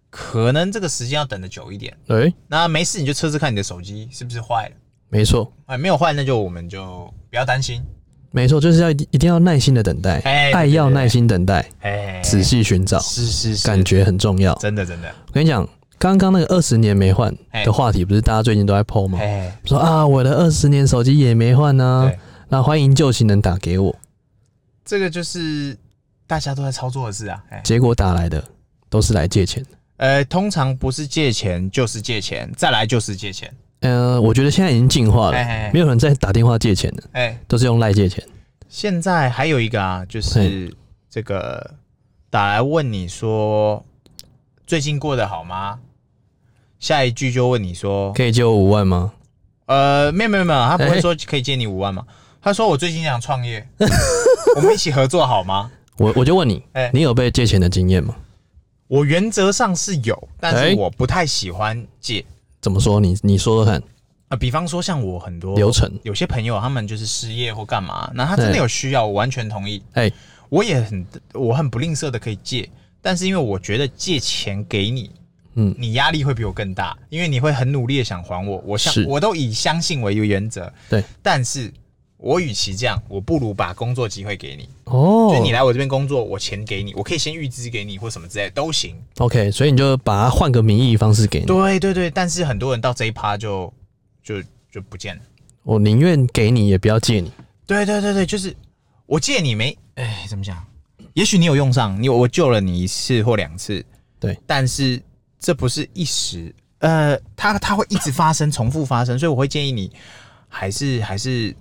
[SPEAKER 1] 可能这个时间要等的久一点。
[SPEAKER 2] 哎，
[SPEAKER 1] 那没事，你就测试看你的手机是不是坏了。
[SPEAKER 2] 没错
[SPEAKER 1] 哎，没有坏，那就我们就不要担心。
[SPEAKER 2] 没错，就是要一定要耐心的等待，
[SPEAKER 1] 哎对
[SPEAKER 2] 爱要耐心等待，
[SPEAKER 1] 哎，
[SPEAKER 2] 仔细寻找，
[SPEAKER 1] 是是是，
[SPEAKER 2] 感觉很重要。
[SPEAKER 1] 真的真的，
[SPEAKER 2] 我跟你讲，刚刚那个二十年没换的话题，不是大家最近都在 PO 吗？
[SPEAKER 1] 哎，
[SPEAKER 2] 说啊，我的二十年手机也没换呢、
[SPEAKER 1] 对
[SPEAKER 2] 那欢迎旧情人打给我，
[SPEAKER 1] 这个就是大家都在操作的事啊。哎，
[SPEAKER 2] 结果打来的都是来借钱的。
[SPEAKER 1] 呃，通常不是借钱就是借钱，再来就是借钱。
[SPEAKER 2] 呃，我觉得现在已经进化了，
[SPEAKER 1] 哎哎哎
[SPEAKER 2] 没有人在打电话借钱的，
[SPEAKER 1] 哎，
[SPEAKER 2] 都是用赖借钱。
[SPEAKER 1] 现在还有一个啊，就是这个打来问你说最近过得好吗？下一句就问你说，
[SPEAKER 2] 可以借我五万吗？
[SPEAKER 1] 呃，没有没有没有，他不
[SPEAKER 2] 哎
[SPEAKER 1] 会说可以借你五万嘛？他说我最近想创业， *laughs* 我们一起合作好吗？
[SPEAKER 2] 我我就问你，
[SPEAKER 1] 哎
[SPEAKER 2] 你有被借钱的经验吗？
[SPEAKER 1] 我原则上是有，但
[SPEAKER 2] 哎
[SPEAKER 1] 是我不太喜欢借。
[SPEAKER 2] 怎么说？你你说说看，
[SPEAKER 1] 啊，比方说像我很多
[SPEAKER 2] 流程
[SPEAKER 1] 有些朋友他们就是失业或干嘛，那他真的有需要，我完全同意。
[SPEAKER 2] 哎
[SPEAKER 1] 我也很我很不吝啬的可以借，但是因为我觉得借钱给你，
[SPEAKER 2] 嗯
[SPEAKER 1] 你压力会比我更大，因为你会很努力的想还我，我相
[SPEAKER 2] 是
[SPEAKER 1] 我都以相信为原则，
[SPEAKER 2] 对，
[SPEAKER 1] 但是。我与其这样，我不如把工作机会给你。
[SPEAKER 2] 哦
[SPEAKER 1] 就你来我这边工作，我钱给你，我可以先预支给你或什么之类的都行。
[SPEAKER 2] ，OK，所以你就把它换个名义方式给你。
[SPEAKER 1] 对对对，但是很多人到这一趴就就就不见了。
[SPEAKER 2] 我宁愿给你，也不要借你。
[SPEAKER 1] 对对对对，就是我借你没，哎，怎么讲？也许你有用上，你我救了你一次或两次，
[SPEAKER 2] 对，
[SPEAKER 1] 但是这不是一时，呃，它它会一直发生，重复发生，所以我会建议你还是还是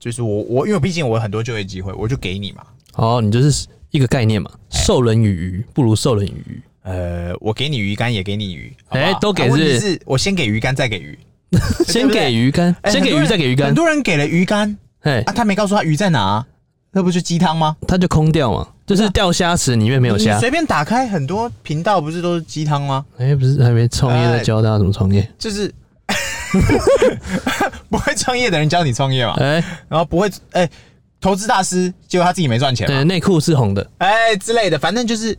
[SPEAKER 1] 就是我我因为毕竟我有很多就业机会，我就给你嘛，
[SPEAKER 2] 哦，你就是一个概念嘛，
[SPEAKER 1] 哎
[SPEAKER 2] 授人以鱼不如授人以渔。
[SPEAKER 1] 呃，我给你鱼竿也给你鱼，好不好
[SPEAKER 2] 哎都给
[SPEAKER 1] 啊问
[SPEAKER 2] 是
[SPEAKER 1] 题是我先给鱼竿再给鱼， *laughs* 对
[SPEAKER 2] 先
[SPEAKER 1] 不对
[SPEAKER 2] 给鱼竿，
[SPEAKER 1] 哎
[SPEAKER 2] 先给
[SPEAKER 1] 很多
[SPEAKER 2] 鱼，
[SPEAKER 1] 人
[SPEAKER 2] 再给鱼竿
[SPEAKER 1] 很，多人给了鱼竿
[SPEAKER 2] 哎
[SPEAKER 1] 啊，，他没告诉他鱼在哪、那不就鸡汤吗？
[SPEAKER 2] 它就空掉嘛，就是掉虾池里面没有啊
[SPEAKER 1] 你
[SPEAKER 2] 虾。
[SPEAKER 1] 随便打开很多频道不是都是鸡汤吗？
[SPEAKER 2] 哎，不是还没创业，
[SPEAKER 1] 哎
[SPEAKER 2] 在教大家怎么创业。
[SPEAKER 1] 就是 *laughs* 不会创业的人教你创业嘛，
[SPEAKER 2] 哎
[SPEAKER 1] 然后不会哎、投资大师，结果他自己没赚钱嘛，
[SPEAKER 2] 哎，内裤是红的，
[SPEAKER 1] 哎、之类的，反正就是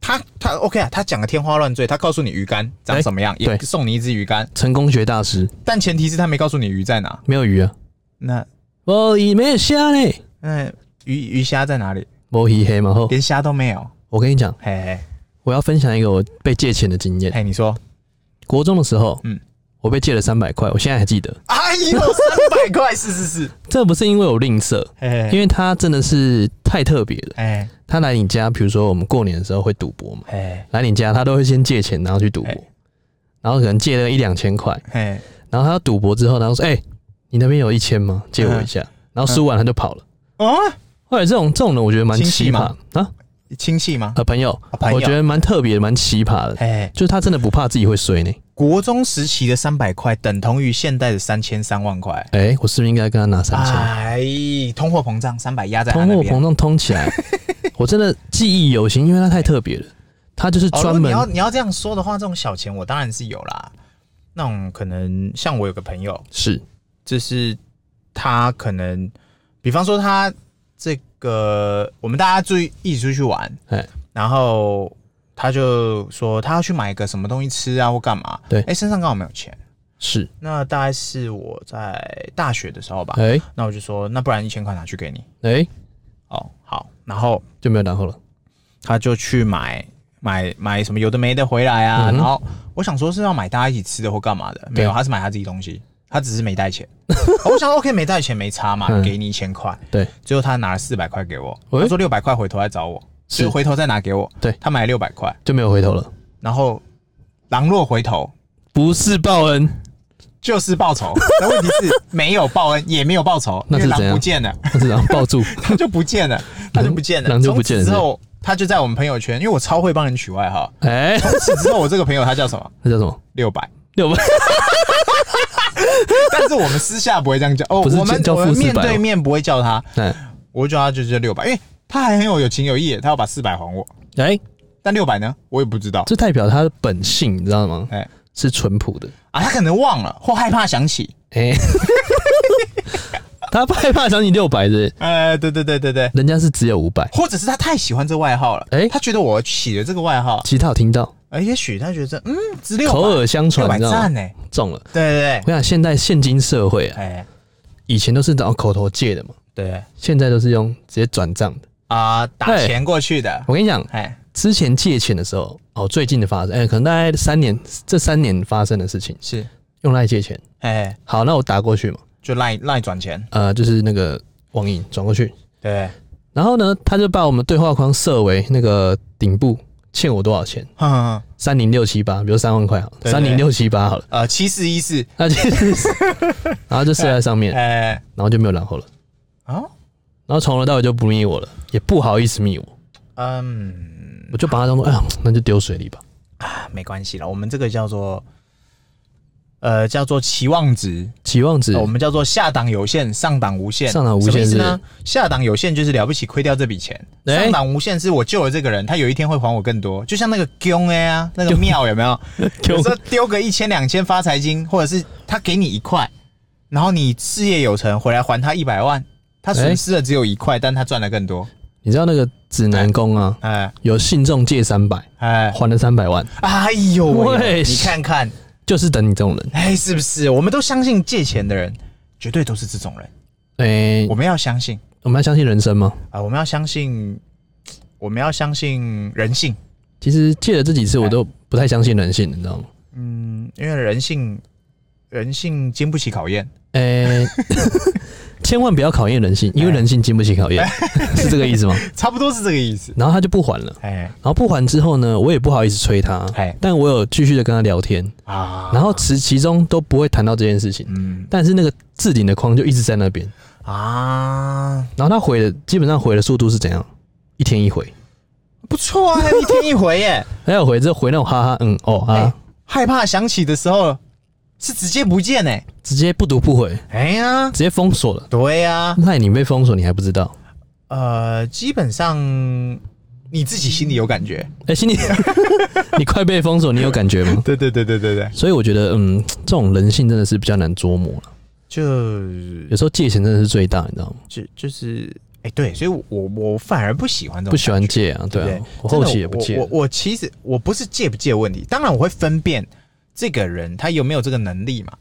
[SPEAKER 1] 他他 OK 啊，他讲的天花乱坠，他告诉你鱼竿长什么样，
[SPEAKER 2] 哎对
[SPEAKER 1] 也送你一只鱼竿，
[SPEAKER 2] 成功学大师
[SPEAKER 1] 但前提是他没告诉你鱼在哪。
[SPEAKER 2] 没有鱼啊，
[SPEAKER 1] 那
[SPEAKER 2] 我以没有虾嘞，
[SPEAKER 1] 那鱼鱼虾在哪里？
[SPEAKER 2] 我以黑嘛后。
[SPEAKER 1] 连虾都没有。
[SPEAKER 2] 我跟你讲，
[SPEAKER 1] 嘿嘿，
[SPEAKER 2] 我要分享一个我被借钱的经验。
[SPEAKER 1] 嘿，你说，
[SPEAKER 2] 国中的时候，
[SPEAKER 1] 嗯，
[SPEAKER 2] 我被借了三百块，我现在还记得。
[SPEAKER 1] 哎呦，三百块，是是是，
[SPEAKER 2] 这不是因为我吝啬，
[SPEAKER 1] 哎
[SPEAKER 2] 因为他真的是太特别了。
[SPEAKER 1] 哎
[SPEAKER 2] 他来你家，比如说我们过年的时候会赌博嘛，
[SPEAKER 1] 哎
[SPEAKER 2] 来你家他都会先借钱，然后去赌博
[SPEAKER 1] 哎，
[SPEAKER 2] 然后可能借了一两千块，
[SPEAKER 1] 哎，
[SPEAKER 2] 然后他赌博之后，然后说：“哎、你那边有一千吗？借我一下。
[SPEAKER 1] 嗯
[SPEAKER 2] 然后输完他就跑了。
[SPEAKER 1] 啊，
[SPEAKER 2] 后来这种这种人，我觉得蛮
[SPEAKER 1] 亲戚
[SPEAKER 2] 奇葩
[SPEAKER 1] 吗
[SPEAKER 2] 啊，
[SPEAKER 1] 亲戚吗？
[SPEAKER 2] 呃，朋友，
[SPEAKER 1] 啊朋友
[SPEAKER 2] 我觉得蛮特别的，蛮奇葩的。
[SPEAKER 1] 哎，
[SPEAKER 2] 就是他真的不怕自己会衰呢。
[SPEAKER 1] 国中时期的三百块等同于现代的三千三万块，
[SPEAKER 2] 哎、我是不是应该跟他拿三千？
[SPEAKER 1] 哎，通货膨胀三百压在他
[SPEAKER 2] 通
[SPEAKER 1] 那
[SPEAKER 2] 货
[SPEAKER 1] 边
[SPEAKER 2] 膨。胀通起来， *laughs* 我真的记忆犹新，因为他太特别了。他就是
[SPEAKER 1] 哦
[SPEAKER 2] 专
[SPEAKER 1] 如果你
[SPEAKER 2] 门、
[SPEAKER 1] 要你要这样说的话，这种小钱我当然是有啦。那种可能像我有个朋友，
[SPEAKER 2] 是
[SPEAKER 1] 就是他可能，比方说他这个，我们大家注意一起出去玩，
[SPEAKER 2] 哎
[SPEAKER 1] 然后他就说他要去买个什么东西吃啊，或干嘛？
[SPEAKER 2] 对
[SPEAKER 1] 哎、身上刚好没有钱。
[SPEAKER 2] 是
[SPEAKER 1] 那大概是我在大学的时候吧。
[SPEAKER 2] 哎
[SPEAKER 1] 那我就说，那不然一千块拿去给你。
[SPEAKER 2] 哎、
[SPEAKER 1] 哦，好。然后
[SPEAKER 2] 就没有然后了。
[SPEAKER 1] 他就去买买买什么有的没的回来啊。
[SPEAKER 2] 嗯哼
[SPEAKER 1] 然后我想说是要买大家一起吃的或干嘛的，没有，
[SPEAKER 2] 对
[SPEAKER 1] 他是买他自己东西，他只是没带
[SPEAKER 2] *laughs*
[SPEAKER 1] 钱。哦我想说 OK 没带钱没差嘛，
[SPEAKER 2] 嗯
[SPEAKER 1] 给你一千块。
[SPEAKER 2] 对，
[SPEAKER 1] 最后他拿了四百块给我，
[SPEAKER 2] 喂
[SPEAKER 1] 他说六百块回头来找我，
[SPEAKER 2] 是
[SPEAKER 1] 所以回头再拿给我。
[SPEAKER 2] 对
[SPEAKER 1] 他买六百块，
[SPEAKER 2] 就没有回头了。
[SPEAKER 1] 然后狼若回头
[SPEAKER 2] 不是报恩，
[SPEAKER 1] 就是报
[SPEAKER 2] *laughs*
[SPEAKER 1] 仇，但问题是没有报恩，也没有报仇，
[SPEAKER 2] 那是
[SPEAKER 1] 因为
[SPEAKER 2] 怎
[SPEAKER 1] 狼
[SPEAKER 2] 样
[SPEAKER 1] 不见了，
[SPEAKER 2] 我只想抱
[SPEAKER 1] *laughs*
[SPEAKER 2] 住。
[SPEAKER 1] 他就不见了，他就不见了，
[SPEAKER 2] 狼就不见了
[SPEAKER 1] 从此之后，他就在我们朋友圈，因为我超会帮人取外号。
[SPEAKER 2] 哎、
[SPEAKER 1] 从此之后，我这个朋友他叫什么？
[SPEAKER 2] 那叫什么？
[SPEAKER 1] 六百。
[SPEAKER 2] 六百？
[SPEAKER 1] 但是我们私下不会这样叫哦，
[SPEAKER 2] 不是
[SPEAKER 1] 我们
[SPEAKER 2] 叫
[SPEAKER 1] 我们
[SPEAKER 2] 付400
[SPEAKER 1] 面
[SPEAKER 2] 吗
[SPEAKER 1] 对面不会叫他，
[SPEAKER 2] 哎
[SPEAKER 1] 我会叫他就是六百，因为他还很有有情有义，他要把四百还我。
[SPEAKER 2] 哎、
[SPEAKER 1] 但六百呢，我也不知道
[SPEAKER 2] 这代表他的本性，你知道吗？
[SPEAKER 1] 哎
[SPEAKER 2] 是淳朴的。
[SPEAKER 1] 啊，他可能忘了或害怕想起。
[SPEAKER 2] 哎、 *laughs* 他害怕想你六百的，
[SPEAKER 1] 呃，对对对对对，
[SPEAKER 2] 人家是只有五百。
[SPEAKER 1] 或者是他太喜欢这外号了，
[SPEAKER 2] 哎
[SPEAKER 1] 他觉得我起了这个外号，
[SPEAKER 2] 其他有听到，
[SPEAKER 1] 呃，也许他觉得嗯，只六
[SPEAKER 2] 口
[SPEAKER 1] 百，
[SPEAKER 2] 耳相
[SPEAKER 1] 六
[SPEAKER 2] 传，
[SPEAKER 1] 百
[SPEAKER 2] 你知道
[SPEAKER 1] 赞
[SPEAKER 2] 吗？
[SPEAKER 1] 呢，
[SPEAKER 2] 中了。
[SPEAKER 1] 对对
[SPEAKER 2] 我想现代现今社会
[SPEAKER 1] 对，
[SPEAKER 2] *laughs* 啊，
[SPEAKER 1] 哎，
[SPEAKER 2] 以前都是找口头借的嘛，
[SPEAKER 1] 对
[SPEAKER 2] 现在都是用直接转账的。
[SPEAKER 1] 啊，打
[SPEAKER 2] 哎
[SPEAKER 1] 钱过去的，
[SPEAKER 2] 我跟你讲，
[SPEAKER 1] 哎，
[SPEAKER 2] 之前借钱的时候，哦，最近的发生，哎、可能大概三年，这三年发生的事情，
[SPEAKER 1] 是，
[SPEAKER 2] 用赖借钱。
[SPEAKER 1] 哎，
[SPEAKER 2] 好，那我打过去嘛，
[SPEAKER 1] 就赖赖转钱，
[SPEAKER 2] 呃，就是那个网银转过去， *laughs*
[SPEAKER 1] 对，
[SPEAKER 2] 然后呢，他就把我们对话框设为那个顶部欠我多少钱，
[SPEAKER 1] 哼哼哼，
[SPEAKER 2] 三零六七八，比如三万块好了，
[SPEAKER 1] 对
[SPEAKER 2] 三零六七八好了，
[SPEAKER 1] 呃，七四一四，
[SPEAKER 2] 那就是然后就设在上面，
[SPEAKER 1] 哎，
[SPEAKER 2] 然后就没有然后了，
[SPEAKER 1] 哦，
[SPEAKER 2] 然后从头到尾就不密我了，也不好意思密我，
[SPEAKER 1] 嗯。啊
[SPEAKER 2] 我就把他当做，哎呀，那就丢水里吧。
[SPEAKER 1] 没关系了，我们这个叫做呃叫做期望值、
[SPEAKER 2] 期望值
[SPEAKER 1] 呃
[SPEAKER 2] *laughs*
[SPEAKER 1] 我们叫做下档有限，上档无限。
[SPEAKER 2] 上档无限
[SPEAKER 1] 什么意思呢？下档有限就是了不起亏掉这笔钱，
[SPEAKER 2] 哎
[SPEAKER 1] 上档无限是我救了这个人，他有一天会还我更多。就像那个 Q A
[SPEAKER 2] *laughs*
[SPEAKER 1] 啊，那个庙有没有？有时候丢个一千两千发财金，或者是他给你一块，然后你事业有成回来还他一百万，他损失的只有一块，但他赚的更多。
[SPEAKER 2] 你知道那个指南宫啊，
[SPEAKER 1] 哎
[SPEAKER 2] 有信众借三百，
[SPEAKER 1] 哎，
[SPEAKER 2] 还了三百万，
[SPEAKER 1] 哎呦喂，
[SPEAKER 2] 喂
[SPEAKER 1] 你看看。
[SPEAKER 2] 就是等你这种人。
[SPEAKER 1] 哎，是不是？我们都相信借钱的人绝对都是这种人，
[SPEAKER 2] 哎、
[SPEAKER 1] 我们要相信
[SPEAKER 2] 我们要相信人生吗？
[SPEAKER 1] 啊、我们要相信，我们要相信人性，
[SPEAKER 2] 其实借了这几次，我都不太相信人性，你知道吗？
[SPEAKER 1] 嗯，因为人性，人性经不起考验。
[SPEAKER 2] 呃、千万不要考验人性，因为人性经不起考验， *laughs* 是这个意思吗？
[SPEAKER 1] 差不多是这个意思。
[SPEAKER 2] 然后他就不还了，
[SPEAKER 1] 哎
[SPEAKER 2] 然后不还之后呢，我也不好意思催他
[SPEAKER 1] 哎，
[SPEAKER 2] 但我有继续的跟他聊天，
[SPEAKER 1] 啊，
[SPEAKER 2] 然后其其中都不会谈到这件事情，
[SPEAKER 1] 嗯
[SPEAKER 2] 但是那个置顶的框就一直在那边，
[SPEAKER 1] 啊，
[SPEAKER 2] 然后他回的基本上回的速度是怎样？一天一回，
[SPEAKER 1] 不错啊，一天一回 *laughs* 耶。
[SPEAKER 2] 还有回这回那种哈哈嗯哦
[SPEAKER 1] 哎
[SPEAKER 2] 啊，
[SPEAKER 1] 害怕想起的时候是直接不见哎。
[SPEAKER 2] 直接不读不回，
[SPEAKER 1] 哎呀，
[SPEAKER 2] 直接封锁了。
[SPEAKER 1] 对呀、
[SPEAKER 2] 那你被封锁你还不知道？
[SPEAKER 1] 呃，基本上你自己心里有感觉。
[SPEAKER 2] 哎、心里 *laughs* 你快被封锁，你有感觉吗？
[SPEAKER 1] 对对对对对对，
[SPEAKER 2] 所以我觉得，嗯，这种人性真的是比较难捉摸了。
[SPEAKER 1] 就
[SPEAKER 2] 有时候借钱真的是最大，你知道吗？
[SPEAKER 1] 就就是哎、对，所以我我我反而不喜欢这种
[SPEAKER 2] 不喜欢
[SPEAKER 1] 感觉，
[SPEAKER 2] 借啊，对
[SPEAKER 1] 对
[SPEAKER 2] 啊，
[SPEAKER 1] 不对
[SPEAKER 2] 我
[SPEAKER 1] 真
[SPEAKER 2] 后
[SPEAKER 1] 的
[SPEAKER 2] 期也不借
[SPEAKER 1] 我。我我其实我不是借不借的问题，当然我会分辨这个人他有没有这个能力嘛，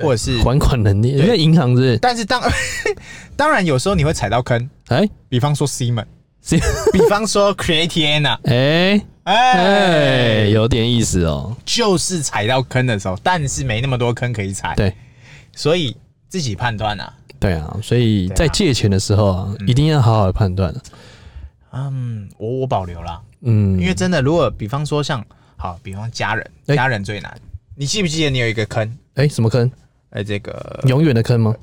[SPEAKER 1] 或者是，
[SPEAKER 2] 还款能力，因为银行是不是
[SPEAKER 1] 但是当 *laughs* 当然有时候你会踩到坑，
[SPEAKER 2] 哎
[SPEAKER 1] 比方说 Simon，
[SPEAKER 2] 是 *laughs*
[SPEAKER 1] 比方说 Creatiana，
[SPEAKER 2] 哎
[SPEAKER 1] 哎，
[SPEAKER 2] 哎，有点意思哦。
[SPEAKER 1] 就是踩到坑的时候，但是没那么多坑可以踩，，
[SPEAKER 2] 对
[SPEAKER 1] 所以自己判断啊。
[SPEAKER 2] 对啊，所以
[SPEAKER 1] 对啊
[SPEAKER 2] 在借钱的时候啊，一定要好好的判断。啊
[SPEAKER 1] 嗯，我我保留啦，
[SPEAKER 2] 嗯，
[SPEAKER 1] 因为真的，如果比方说像好，比方家人，
[SPEAKER 2] 哎
[SPEAKER 1] 家人最难。你记不记得你有一个坑？
[SPEAKER 2] 哎，什么坑？
[SPEAKER 1] 哎，这个
[SPEAKER 2] 永远的坑
[SPEAKER 1] *laughs*
[SPEAKER 2] 吗？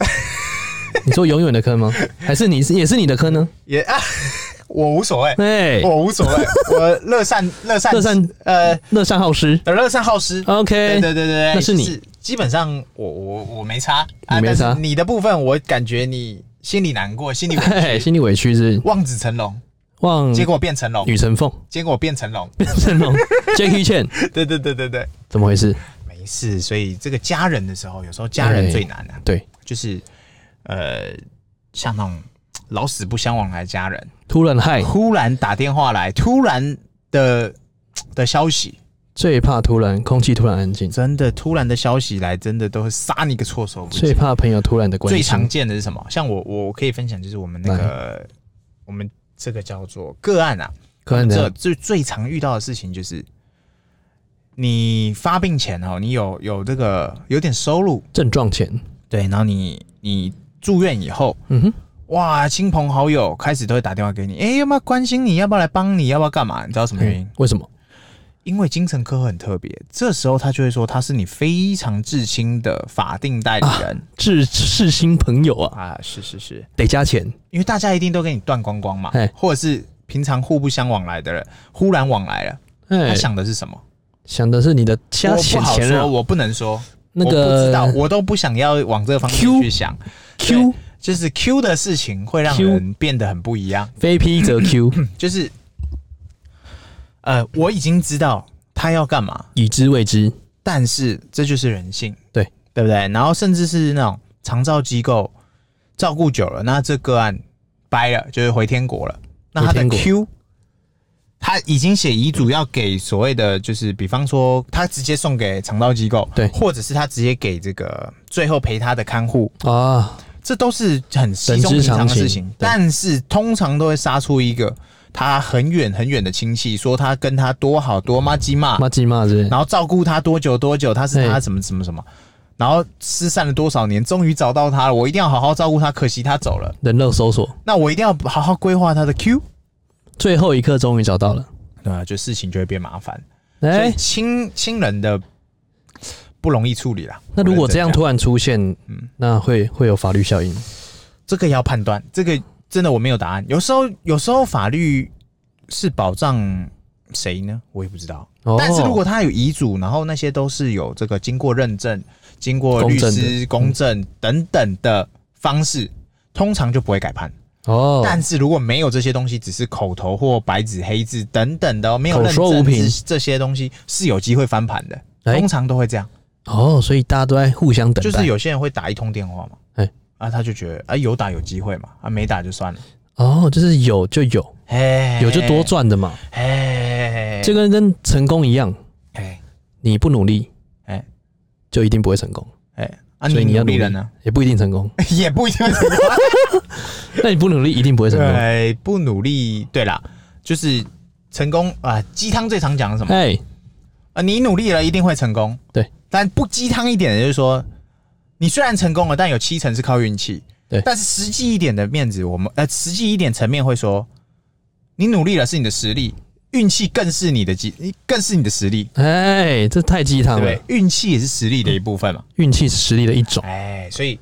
[SPEAKER 2] 你说永远的坑吗？还是你是也是你的坑呢？
[SPEAKER 1] 也 *laughs* 啊，我无所谓，
[SPEAKER 2] 哎，
[SPEAKER 1] 我无所
[SPEAKER 2] *laughs*
[SPEAKER 1] 谓，我乐善乐善
[SPEAKER 2] 乐善
[SPEAKER 1] 呃
[SPEAKER 2] 乐善好施。
[SPEAKER 1] 乐善好施。对
[SPEAKER 2] OK，
[SPEAKER 1] 对对对对，
[SPEAKER 2] 那是你
[SPEAKER 1] 就基本上我我我没差，啊
[SPEAKER 2] 你没差
[SPEAKER 1] 但是你的部分我感觉你心里难过，心里委
[SPEAKER 2] *laughs* 嘿，
[SPEAKER 1] 屈，
[SPEAKER 2] 心里嗯委屈是
[SPEAKER 1] 望子成龙，
[SPEAKER 2] 望
[SPEAKER 1] 结果变成龙，
[SPEAKER 2] 女成凤、
[SPEAKER 1] 结果变成
[SPEAKER 2] *laughs*
[SPEAKER 1] 龙，
[SPEAKER 2] 成龙、Jackie Chan，
[SPEAKER 1] 对对对对对，
[SPEAKER 2] 怎么回事？
[SPEAKER 1] 没事。所以这个家人的时候，有时候家人最难啊，
[SPEAKER 2] 对，
[SPEAKER 1] 就是呃，像那种老死不相往来的家人，
[SPEAKER 2] 突然嗨，
[SPEAKER 1] 突然打电话来，突然的呃的消息，
[SPEAKER 2] 最怕突然空气突然安静，
[SPEAKER 1] 真的突然的消息来，真的都会杀你个措手不及。
[SPEAKER 2] 最怕朋友突然的关
[SPEAKER 1] 最常
[SPEAKER 2] 心。
[SPEAKER 1] 见的是什么？像我，我可以分享，就是我们那个我们这个叫做个案啊，
[SPEAKER 2] 可能
[SPEAKER 1] 这
[SPEAKER 2] 的，
[SPEAKER 1] 最最常遇到的事情就是，你发病前哦，你有有这个有点收入，
[SPEAKER 2] 症状前，
[SPEAKER 1] 对，然后你你住院以后，
[SPEAKER 2] 嗯哼，
[SPEAKER 1] 哇，亲朋好友开始都会打电话给你，哎、要不要关心你？要不要来帮你？要不要干嘛？你知道什么原因？
[SPEAKER 2] 嗯为什么？
[SPEAKER 1] 因为精神科很特别，这时候他就会说他是你非常至亲的法定代理人
[SPEAKER 2] 至至亲朋友啊，
[SPEAKER 1] 啊，是是是。
[SPEAKER 2] 得加钱，
[SPEAKER 1] 因为大家一定都跟你断光光嘛
[SPEAKER 2] 嘿，
[SPEAKER 1] 或者是平常互不相往来的人，忽然往来了，他
[SPEAKER 2] 哎，
[SPEAKER 1] 想的是什么？
[SPEAKER 2] 想的是你的
[SPEAKER 1] 我
[SPEAKER 2] 加
[SPEAKER 1] 不
[SPEAKER 2] 钱
[SPEAKER 1] 好
[SPEAKER 2] 前
[SPEAKER 1] 说，
[SPEAKER 2] 任
[SPEAKER 1] 我不能说，
[SPEAKER 2] 那
[SPEAKER 1] 我不知道，
[SPEAKER 2] 个
[SPEAKER 1] 我都不想要往这个方面
[SPEAKER 2] Q
[SPEAKER 1] 去想。
[SPEAKER 2] Q
[SPEAKER 1] 就是 Q 的事情会让
[SPEAKER 2] Q
[SPEAKER 1] 人变得很不一样，
[SPEAKER 2] 非 P 则
[SPEAKER 1] *laughs*
[SPEAKER 2] Q，
[SPEAKER 1] 就是，呃，我已经知道他要干嘛，
[SPEAKER 2] 已知未知，
[SPEAKER 1] 但是这就是人性，
[SPEAKER 2] 对
[SPEAKER 1] 对不对？然后甚至是那种长照机构照顾久了，那这个案掰了，就是回天国了。那他
[SPEAKER 2] 回
[SPEAKER 1] 的
[SPEAKER 2] 天国
[SPEAKER 1] Q，他已经写遗嘱要给所谓的，就是比方说他直接送给长照机构，
[SPEAKER 2] 对
[SPEAKER 1] 或者是他直接给这个最后陪他的看护，
[SPEAKER 2] 啊，
[SPEAKER 1] 这都是很稀松平常的事情
[SPEAKER 2] 人之常情对，
[SPEAKER 1] 但是通常都会杀出一个他很远很远的亲戚，说他跟他多好多妈鸡骂，
[SPEAKER 2] 骂鸡骂是不是
[SPEAKER 1] 然后照顾他多久多久，他是他什么什么什么，然后失散了多少年，终于找到他了，我一定要好好照顾他，可惜他走了，
[SPEAKER 2] 人肉搜索，
[SPEAKER 1] 那我一定要好好规划他的 Q，
[SPEAKER 2] 最后一刻终于找到了，
[SPEAKER 1] 对啊，就事情就会变麻烦，所以
[SPEAKER 2] 哎，
[SPEAKER 1] 亲亲人的不容易处理啦。
[SPEAKER 2] 那如果这样
[SPEAKER 1] 我认真
[SPEAKER 2] 突然出现，
[SPEAKER 1] 嗯
[SPEAKER 2] 那会会有法律效应吗，
[SPEAKER 1] 讲，这个要判断，这个真的我没有答案，有时候有时候法律是保障。谁呢？我也不知道。
[SPEAKER 2] 哦
[SPEAKER 1] 但是如果他有遗嘱，然后那些都是有这个经过认证、经过律
[SPEAKER 2] 公证的
[SPEAKER 1] 师公证等等的方式，通常就不会改判。
[SPEAKER 2] 哦，
[SPEAKER 1] 但是如果没有这些东西，只是口头或白纸黑字等等的，哦没有认
[SPEAKER 2] 口说无
[SPEAKER 1] 证
[SPEAKER 2] 凭
[SPEAKER 1] 这这些东西是有机会翻盘的。
[SPEAKER 2] 哎
[SPEAKER 1] 通常都会这样，
[SPEAKER 2] 哦，所以大家都在互相等
[SPEAKER 1] 就
[SPEAKER 2] 待，
[SPEAKER 1] 是有些人会打一通电话嘛，
[SPEAKER 2] 哎
[SPEAKER 1] 啊，他就觉得啊有打有机会嘛，啊没打就算了，
[SPEAKER 2] 哦，就是有就有，
[SPEAKER 1] 哎
[SPEAKER 2] 有就多，赚的嘛，
[SPEAKER 1] 哎，
[SPEAKER 2] 这跟跟成功一样，
[SPEAKER 1] 哎
[SPEAKER 2] 你不努力
[SPEAKER 1] 哎
[SPEAKER 2] 就一定不会成功，
[SPEAKER 1] 哎，啊
[SPEAKER 2] 所以你要
[SPEAKER 1] 努力
[SPEAKER 2] 努力
[SPEAKER 1] 了呢，
[SPEAKER 2] 也不一定成
[SPEAKER 1] *laughs*
[SPEAKER 2] 功，
[SPEAKER 1] 也不一定会成功
[SPEAKER 2] 那你不努力一定不会成功，
[SPEAKER 1] 对，哎不努力，对啦，就是成功啊。鸡汤最常讲的是什么？
[SPEAKER 2] 哎，
[SPEAKER 1] 啊，你努力了一定会成功。
[SPEAKER 2] 对，
[SPEAKER 1] 但不鸡汤一点的就是说，你虽然成功了，但有七成是靠运气。
[SPEAKER 2] 对
[SPEAKER 1] 但是实际一点的面子，我们呃实际一点层面会说，你努力了是你的实力，运气更是你的鸡，更是你的实力，
[SPEAKER 2] 哎，这太鸡
[SPEAKER 1] 对
[SPEAKER 2] 汤
[SPEAKER 1] 不
[SPEAKER 2] 了
[SPEAKER 1] 对，？运气也是实力的一部分嘛。
[SPEAKER 2] 运气是实力的一种，
[SPEAKER 1] 哎，所以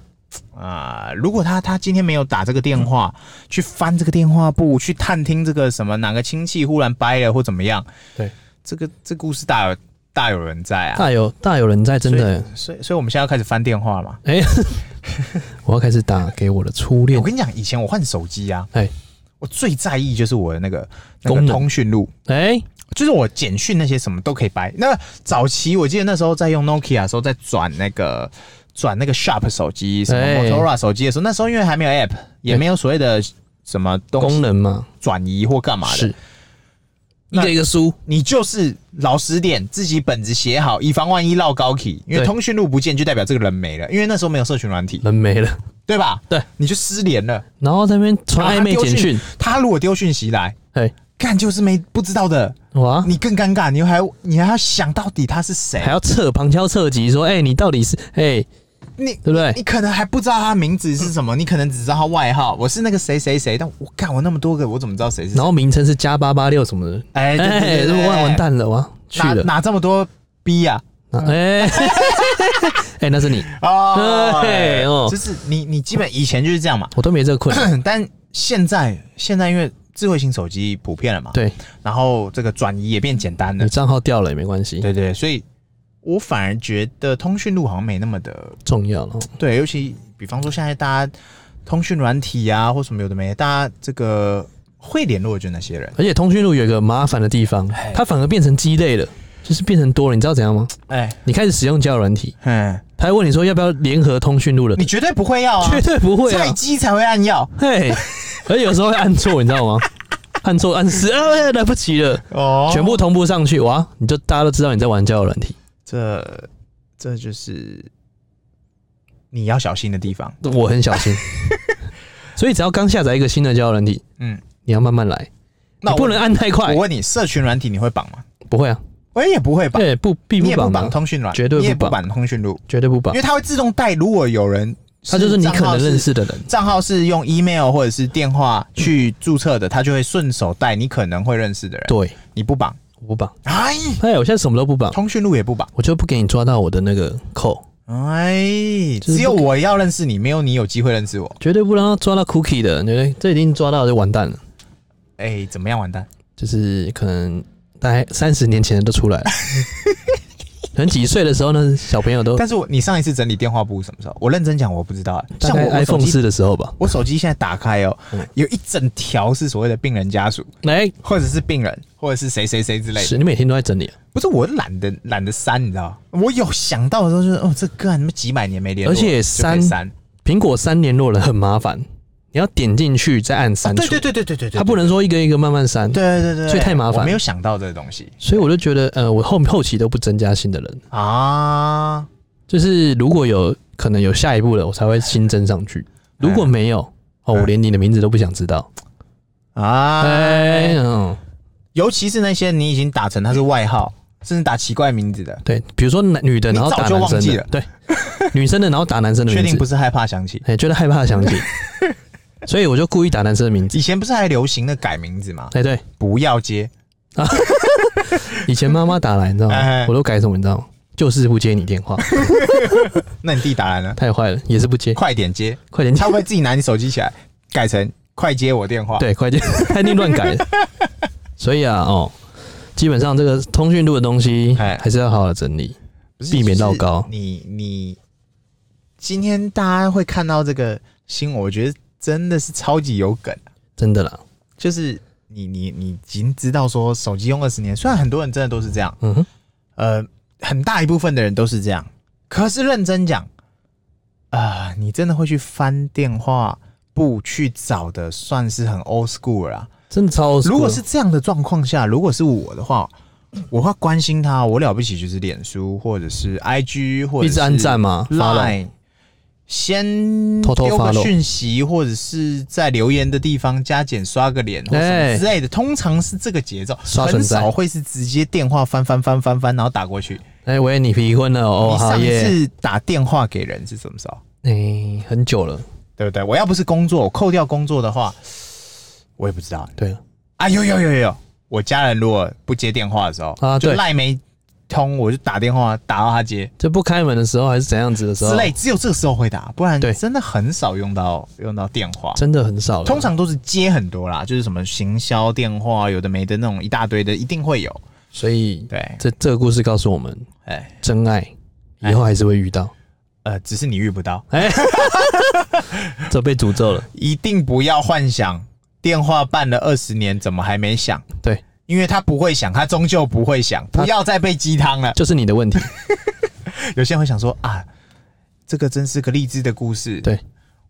[SPEAKER 1] 啊、如果他他今天没有打这个电话，去翻这个电话簿，去探听这个什么哪个亲戚忽然掰了或怎么样，
[SPEAKER 2] 对，
[SPEAKER 1] 这个这故事大有大有人在啊。
[SPEAKER 2] 大有大有人在，真的，
[SPEAKER 1] 所以，所以我们现在要开始翻电话了嘛。
[SPEAKER 2] 哎， *laughs* 我要开始打给我的初
[SPEAKER 1] 我
[SPEAKER 2] 恋，
[SPEAKER 1] 跟你讲，以前我换手机啊，
[SPEAKER 2] 哎
[SPEAKER 1] 我最在意就是我的那个那个
[SPEAKER 2] 功能
[SPEAKER 1] 通讯录，
[SPEAKER 2] 哎，
[SPEAKER 1] 就是我简讯那些什么都可以掰。那早期我记得那时候在用 Nokia 的时候，在转那个转那个 Sharp 手机，什么
[SPEAKER 2] 哎
[SPEAKER 1] Motorola 手机的时候，那时候因为还没有 App，也没有所谓的什么东
[SPEAKER 2] 功
[SPEAKER 1] 西
[SPEAKER 2] 能嘛，
[SPEAKER 1] 转移或干嘛的
[SPEAKER 2] 是，，一个一个输，
[SPEAKER 1] 你就是老实点，自己本子写好，以防万一落高 key，因为
[SPEAKER 2] 对
[SPEAKER 1] 通讯录不见就代表这个人没了，因为那时候没有社群软体，
[SPEAKER 2] 人没了，
[SPEAKER 1] 对吧？
[SPEAKER 2] 对，
[SPEAKER 1] 你就失联了。
[SPEAKER 2] 然后在那边传
[SPEAKER 1] 然后
[SPEAKER 2] 暧
[SPEAKER 1] 他
[SPEAKER 2] 昧
[SPEAKER 1] 丢
[SPEAKER 2] 简
[SPEAKER 1] 讯
[SPEAKER 2] 讯，
[SPEAKER 1] 他如果丢讯息来，
[SPEAKER 2] 哎，
[SPEAKER 1] 干就是没不知道的，
[SPEAKER 2] 哇，
[SPEAKER 1] 你更尴尬，你还你还要想到底他是谁
[SPEAKER 2] 还，要测旁敲侧击说，哎、你到底是哎、
[SPEAKER 1] 你
[SPEAKER 2] 对不对嗯
[SPEAKER 1] 你可能还不知道他名字是什么，你可能只知道他外号，我是那个谁谁谁，但我干我那么多个，我怎么知道谁是谁
[SPEAKER 2] 然？后名称是加八八六什么的，
[SPEAKER 1] 哎对对对对对
[SPEAKER 2] 哇完蛋了哇，去
[SPEAKER 1] 哪
[SPEAKER 2] 了，
[SPEAKER 1] 哪这么多啊逼呀？
[SPEAKER 2] 那哎， *laughs* 哎，那是你，
[SPEAKER 1] 哦，
[SPEAKER 2] 对哦
[SPEAKER 1] 就是你你基本以前就是这样嘛， *clears throat*
[SPEAKER 2] 我都没这个
[SPEAKER 1] *laughs*
[SPEAKER 2] 困扰，
[SPEAKER 1] 但现在现在因为智慧型手机普遍了嘛，，
[SPEAKER 2] 对
[SPEAKER 1] 然后这个转移也变简单了
[SPEAKER 2] 你，账号掉了也没关系，
[SPEAKER 1] 对对，所以我反而觉得通讯录好像没那么的
[SPEAKER 2] 重要了，
[SPEAKER 1] 对，尤其比方说现在大家通讯软体啊，或什么有的没的，大家这个会联络的就是那些人，
[SPEAKER 2] 而且通讯录有一个麻烦的地方
[SPEAKER 1] 哎，
[SPEAKER 2] 它反而变成鸡肋了，就是变成多了，你知道怎样吗？
[SPEAKER 1] 哎，
[SPEAKER 2] 你开始使用交友软体，
[SPEAKER 1] 嗯，
[SPEAKER 2] 他还问你说要不要联合通讯录了
[SPEAKER 1] 你，绝对不会要啊
[SPEAKER 2] *laughs* 绝，对不会
[SPEAKER 1] 菜
[SPEAKER 2] 啊，
[SPEAKER 1] 鸡才会按要
[SPEAKER 2] 嘿，而且有时候会按错，你知道吗？ *laughs* 按错按死，啊，来不及了，
[SPEAKER 1] 哦
[SPEAKER 2] 全部同步上去，哇，你就大家都知道你在玩交友软体，
[SPEAKER 1] 这这就是你要小心的地方，
[SPEAKER 2] 我很小
[SPEAKER 1] *laughs*
[SPEAKER 2] 心，所以只要刚下载一个新的交友软体，
[SPEAKER 1] 嗯，
[SPEAKER 2] 你要慢慢来，
[SPEAKER 1] 那
[SPEAKER 2] 你
[SPEAKER 1] 我
[SPEAKER 2] 不能按太快
[SPEAKER 1] 我，问你，社群软体你会绑吗？
[SPEAKER 2] 不会啊，
[SPEAKER 1] 我也不会绑，
[SPEAKER 2] 对，不必
[SPEAKER 1] 你也
[SPEAKER 2] 不
[SPEAKER 1] 不
[SPEAKER 2] 绑
[SPEAKER 1] 绑
[SPEAKER 2] 的，
[SPEAKER 1] 通讯软，
[SPEAKER 2] 绝对
[SPEAKER 1] 你也
[SPEAKER 2] 不
[SPEAKER 1] 不
[SPEAKER 2] 绑
[SPEAKER 1] 绑通讯录，
[SPEAKER 2] 绝对不
[SPEAKER 1] 因
[SPEAKER 2] 绑
[SPEAKER 1] 为，它会自动带，如果有人
[SPEAKER 2] 他就是你
[SPEAKER 1] 账
[SPEAKER 2] 可
[SPEAKER 1] 号
[SPEAKER 2] 能
[SPEAKER 1] 是
[SPEAKER 2] 认识的人，
[SPEAKER 1] 账号是用 email 或者是电话去注册的，他就会顺手带你可能会认识的人。
[SPEAKER 2] 对，
[SPEAKER 1] 你不绑，
[SPEAKER 2] 我不绑，
[SPEAKER 1] 哎，
[SPEAKER 2] 哎，我现在什么都不绑，
[SPEAKER 1] 通讯录也不绑，
[SPEAKER 2] 我就不给你抓到我的那个扣，
[SPEAKER 1] 哎，
[SPEAKER 2] 就是不
[SPEAKER 1] 只有我要认识你，没有你有机会认识我。
[SPEAKER 2] 绝对不让他抓到 cookie 的，对不对？这已经抓到就完蛋了，
[SPEAKER 1] 哎，怎么样，完蛋？
[SPEAKER 2] 就是可能大概三十年前的都出
[SPEAKER 1] *laughs*
[SPEAKER 2] 来了。可能几岁的时候呢，小朋友都
[SPEAKER 1] 但是我你上一次整理电话簿是什么时候？我认真讲，我不知道啊。
[SPEAKER 2] 大
[SPEAKER 1] 像
[SPEAKER 2] 概
[SPEAKER 1] 我我手
[SPEAKER 2] iPhone
[SPEAKER 1] 机，
[SPEAKER 2] 四的时候吧。
[SPEAKER 1] 我手机现在打开哦
[SPEAKER 2] 嗯，
[SPEAKER 1] 有一整条是所谓的病人家属，
[SPEAKER 2] 来，
[SPEAKER 1] 或者是病人，或者是谁谁谁之类的。
[SPEAKER 2] 是你每天都在整理啊，
[SPEAKER 1] 不是我懒得懒得删，你知道吗？我有想到的时候就是，哦，这个案几百年没联络，
[SPEAKER 2] 而且
[SPEAKER 1] 就可以
[SPEAKER 2] 删
[SPEAKER 1] 删哦
[SPEAKER 2] 苹果三联络人很麻烦，你要点进去再按删除，
[SPEAKER 1] 啊对对对对对对对，
[SPEAKER 2] 它不能说一个一个慢慢删。
[SPEAKER 1] 对对对对，
[SPEAKER 2] 所以太麻烦
[SPEAKER 1] 我没有想到这个东西
[SPEAKER 2] 所以我就觉得，呃，我后后期都不增加新的人，
[SPEAKER 1] 啊。
[SPEAKER 2] 就是如果有可能有下一步了，我才会新增上去。如
[SPEAKER 1] 哎
[SPEAKER 2] 果没有，哦，我连你的名字都不想知道。
[SPEAKER 1] 啊，
[SPEAKER 2] 哎，嗯，
[SPEAKER 1] 尤其是那些你已经打成他是外号，甚至打奇怪名字的，
[SPEAKER 2] 对，比如说男女的，
[SPEAKER 1] 你
[SPEAKER 2] 然后打
[SPEAKER 1] 早就
[SPEAKER 2] 男
[SPEAKER 1] 忘
[SPEAKER 2] 生
[SPEAKER 1] 记
[SPEAKER 2] 的
[SPEAKER 1] 了，
[SPEAKER 2] 对，女生的，然后打男生的
[SPEAKER 1] 确
[SPEAKER 2] 名
[SPEAKER 1] 定
[SPEAKER 2] 字
[SPEAKER 1] 不，是害怕想起。
[SPEAKER 2] 哎，觉得害怕
[SPEAKER 1] *laughs*
[SPEAKER 2] 想起，所以我就故意打男生的名字。
[SPEAKER 1] 以前不是还流行那改名字吗？
[SPEAKER 2] 哎，对，
[SPEAKER 1] 不要接，
[SPEAKER 2] 以前妈妈打来，你知道吗
[SPEAKER 1] 哎？
[SPEAKER 2] 我都改什么，你知道吗？就是不接你电话，
[SPEAKER 1] 那你弟打来了，
[SPEAKER 2] 太坏了，也是
[SPEAKER 1] *laughs*
[SPEAKER 2] 不接，
[SPEAKER 1] 快点接，
[SPEAKER 2] 快点接
[SPEAKER 1] 他，会不会自己拿你手机起来 *laughs* 改成快接我电话？，
[SPEAKER 2] 对，快点， *laughs* 他一定乱改的。所以啊，哦，基本上这个通讯录的东西
[SPEAKER 1] 哎
[SPEAKER 2] 还是要好好整理，避免绕高
[SPEAKER 1] 你你今天大家会看到这个新闻，我觉得真的是超级有梗。
[SPEAKER 2] 真的啦。
[SPEAKER 1] 就是你你你已经知道说手机用二十年，虽然很多人真的都是这样，
[SPEAKER 2] 嗯哼，
[SPEAKER 1] 呃，很大一部分的人都是这样，可是认真讲，啊、你真的会去翻电话簿去找的，算是很 old school 了啦。
[SPEAKER 2] 真的超 old school。
[SPEAKER 1] 如果是这样的状况下，如果是我的话。我会关心他，我了不起就是脸书或者是 IG 或者
[SPEAKER 2] 一
[SPEAKER 1] 是
[SPEAKER 2] 直按赞嘛，follow
[SPEAKER 1] Line，先
[SPEAKER 2] 啊偷偷
[SPEAKER 1] 丢个
[SPEAKER 2] follow
[SPEAKER 1] 讯息，或者是在留言的地方加减刷个脸或什
[SPEAKER 2] 哎
[SPEAKER 1] 么之类的，通常是这个节奏，
[SPEAKER 2] 刷
[SPEAKER 1] 很
[SPEAKER 2] 存在
[SPEAKER 1] 少会是直接电话翻翻翻翻翻，然后打过去。
[SPEAKER 2] 哎、喂，你离婚了哦，
[SPEAKER 1] 你
[SPEAKER 2] 好
[SPEAKER 1] 上
[SPEAKER 2] 耶！
[SPEAKER 1] 次打电话给人是什么时候？
[SPEAKER 2] 哎、很久了，
[SPEAKER 1] 对不对？我要不是工作，我扣掉工作的话，我也不知道
[SPEAKER 2] 对了，
[SPEAKER 1] 啊。有有有有有，我家人如果不接电话的时候
[SPEAKER 2] 啊
[SPEAKER 1] 就
[SPEAKER 2] 对
[SPEAKER 1] 赖没通，我就打电话打到他接
[SPEAKER 2] 这不开门的时候还是怎样子的时候，
[SPEAKER 1] 之类，只有这个时候会打，不然
[SPEAKER 2] 对
[SPEAKER 1] 真的很少用到用到电话。
[SPEAKER 2] 真的很少了。
[SPEAKER 1] 通常都是接很多啦，就是什么行销电话，有的没的那种一大堆的，一定会有。
[SPEAKER 2] 所以
[SPEAKER 1] 对，
[SPEAKER 2] 这这个故事告诉我们，
[SPEAKER 1] 哎，
[SPEAKER 2] 真爱以后还是会遇到。
[SPEAKER 1] 呃，只是你遇不到，
[SPEAKER 2] 哎、这被诅咒了。
[SPEAKER 1] 一定不要幻想电话办了二十年，怎么还没响？
[SPEAKER 2] *laughs* 对，
[SPEAKER 1] 因为他不会响，他终究不会响。
[SPEAKER 2] 他
[SPEAKER 1] 不要再被鸡汤了。
[SPEAKER 2] 就是你的
[SPEAKER 1] *laughs*
[SPEAKER 2] 问题。
[SPEAKER 1] 有些人会想说啊，这个真是个励志的故事。
[SPEAKER 2] 对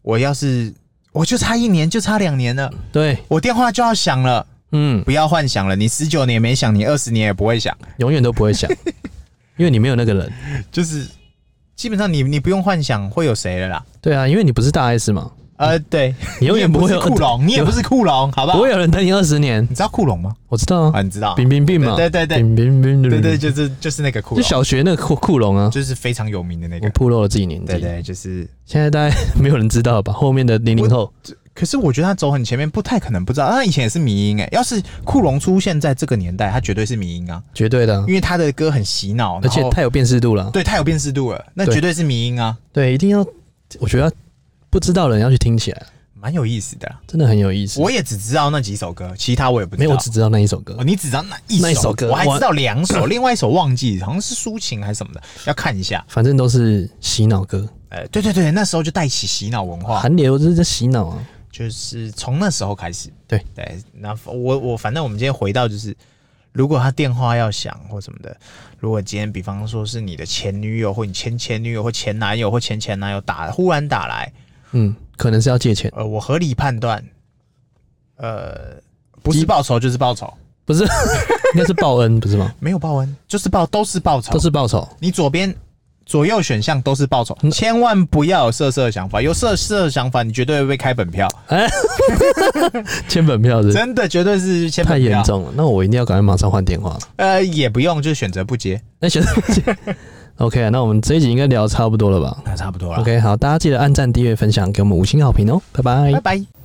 [SPEAKER 1] 我要是我就差一年，就差两年了，
[SPEAKER 2] 对，
[SPEAKER 1] 我电话就要响了。
[SPEAKER 2] 嗯，
[SPEAKER 1] 不要幻想了，你十九年没响，你二十年也不会响。
[SPEAKER 2] 永远都不
[SPEAKER 1] *laughs*
[SPEAKER 2] 会想，因为你没有那个人。
[SPEAKER 1] 就是基本上你你不用幻想会有谁了啦。
[SPEAKER 2] 对啊，因为你不是大 S 嘛，
[SPEAKER 1] 呃，对，
[SPEAKER 2] 你永远
[SPEAKER 1] 不
[SPEAKER 2] 不会
[SPEAKER 1] 是
[SPEAKER 2] 有
[SPEAKER 1] 库龙，啊你也不是库龙，好不好
[SPEAKER 2] 不？会有人等你二十年。
[SPEAKER 1] 你知道库龙吗？
[SPEAKER 2] 我知道
[SPEAKER 1] 啊，
[SPEAKER 2] 啊，
[SPEAKER 1] 你知道，
[SPEAKER 2] 冰冰冰嘛，
[SPEAKER 1] 对对对
[SPEAKER 2] 冰冰冰，
[SPEAKER 1] 对对，，就是就是那个库
[SPEAKER 2] 就
[SPEAKER 1] 龙，
[SPEAKER 2] 小学那个库库龙啊，
[SPEAKER 1] 就是非常有名的那
[SPEAKER 2] 我
[SPEAKER 1] 个，
[SPEAKER 2] 暴露了自己年纪
[SPEAKER 1] 对。对，就是。
[SPEAKER 2] 现在大概没有人知道吧？后面的零零后，
[SPEAKER 1] 可是我觉得他走很前面，不太可能不知道。他以前也是迷音哎、要是库龙出现在这个年代，他绝对是迷音啊，
[SPEAKER 2] 绝对的啊，
[SPEAKER 1] 因为他的歌很洗脑，
[SPEAKER 2] 而
[SPEAKER 1] 然
[SPEAKER 2] 且
[SPEAKER 1] 后
[SPEAKER 2] 太有辨识度了。
[SPEAKER 1] 对太有辨识度了，那
[SPEAKER 2] 对
[SPEAKER 1] 绝对是迷音啊，
[SPEAKER 2] 对，一定要，我觉得不知道的人要去听起来，
[SPEAKER 1] 蛮有意思的啊。
[SPEAKER 2] 真的很有意思。
[SPEAKER 1] 我也只知道那几首歌，其他我也不知
[SPEAKER 2] 没
[SPEAKER 1] 道。
[SPEAKER 2] 有，我只知道那一首歌
[SPEAKER 1] 哦，。你只知道那一首
[SPEAKER 2] 那一首歌
[SPEAKER 1] 我还
[SPEAKER 2] 我
[SPEAKER 1] 知道两首，另外一首忘记，好像是抒情还是什么的，要看一下。
[SPEAKER 2] 反正都是洗脑歌，
[SPEAKER 1] 呃，对对对，那时候就带起洗脑文化，
[SPEAKER 2] 韩流就是在洗脑啊。
[SPEAKER 1] 就是从那时候开始。
[SPEAKER 2] 对
[SPEAKER 1] 对，那我我反正我们今天回到就是，如果他电话要响或什么的，如果今天比方说是你的前女友或你前前女友或前男友或前前男友打忽然打来，
[SPEAKER 2] 嗯，可能是要借钱，
[SPEAKER 1] 呃，我合理判断，呃，不是报仇就是报仇，
[SPEAKER 2] 不是， *laughs* 应该是报恩，不是吗？
[SPEAKER 1] 没有报恩就是报都是报仇
[SPEAKER 2] 都，是报仇，
[SPEAKER 1] 你左边左右选项都是报酬，千万不要有色色的想法，有色色的想法，你绝对会被开本票，
[SPEAKER 2] 签本票是不是
[SPEAKER 1] 真的绝对是千
[SPEAKER 2] 太
[SPEAKER 1] 本
[SPEAKER 2] 严
[SPEAKER 1] 票。
[SPEAKER 2] 重了。那我一定要赶快马上换
[SPEAKER 1] *laughs*
[SPEAKER 2] 电话。
[SPEAKER 1] 呃，也不用，就是选择不接，
[SPEAKER 2] 那选择 OK，那我啊们这一集应该聊得差不多了吧
[SPEAKER 1] 那差不多了。
[SPEAKER 2] ？OK，好，大家记得按赞、订阅、分享，给我们五星好评哦，拜拜
[SPEAKER 1] 拜。拜。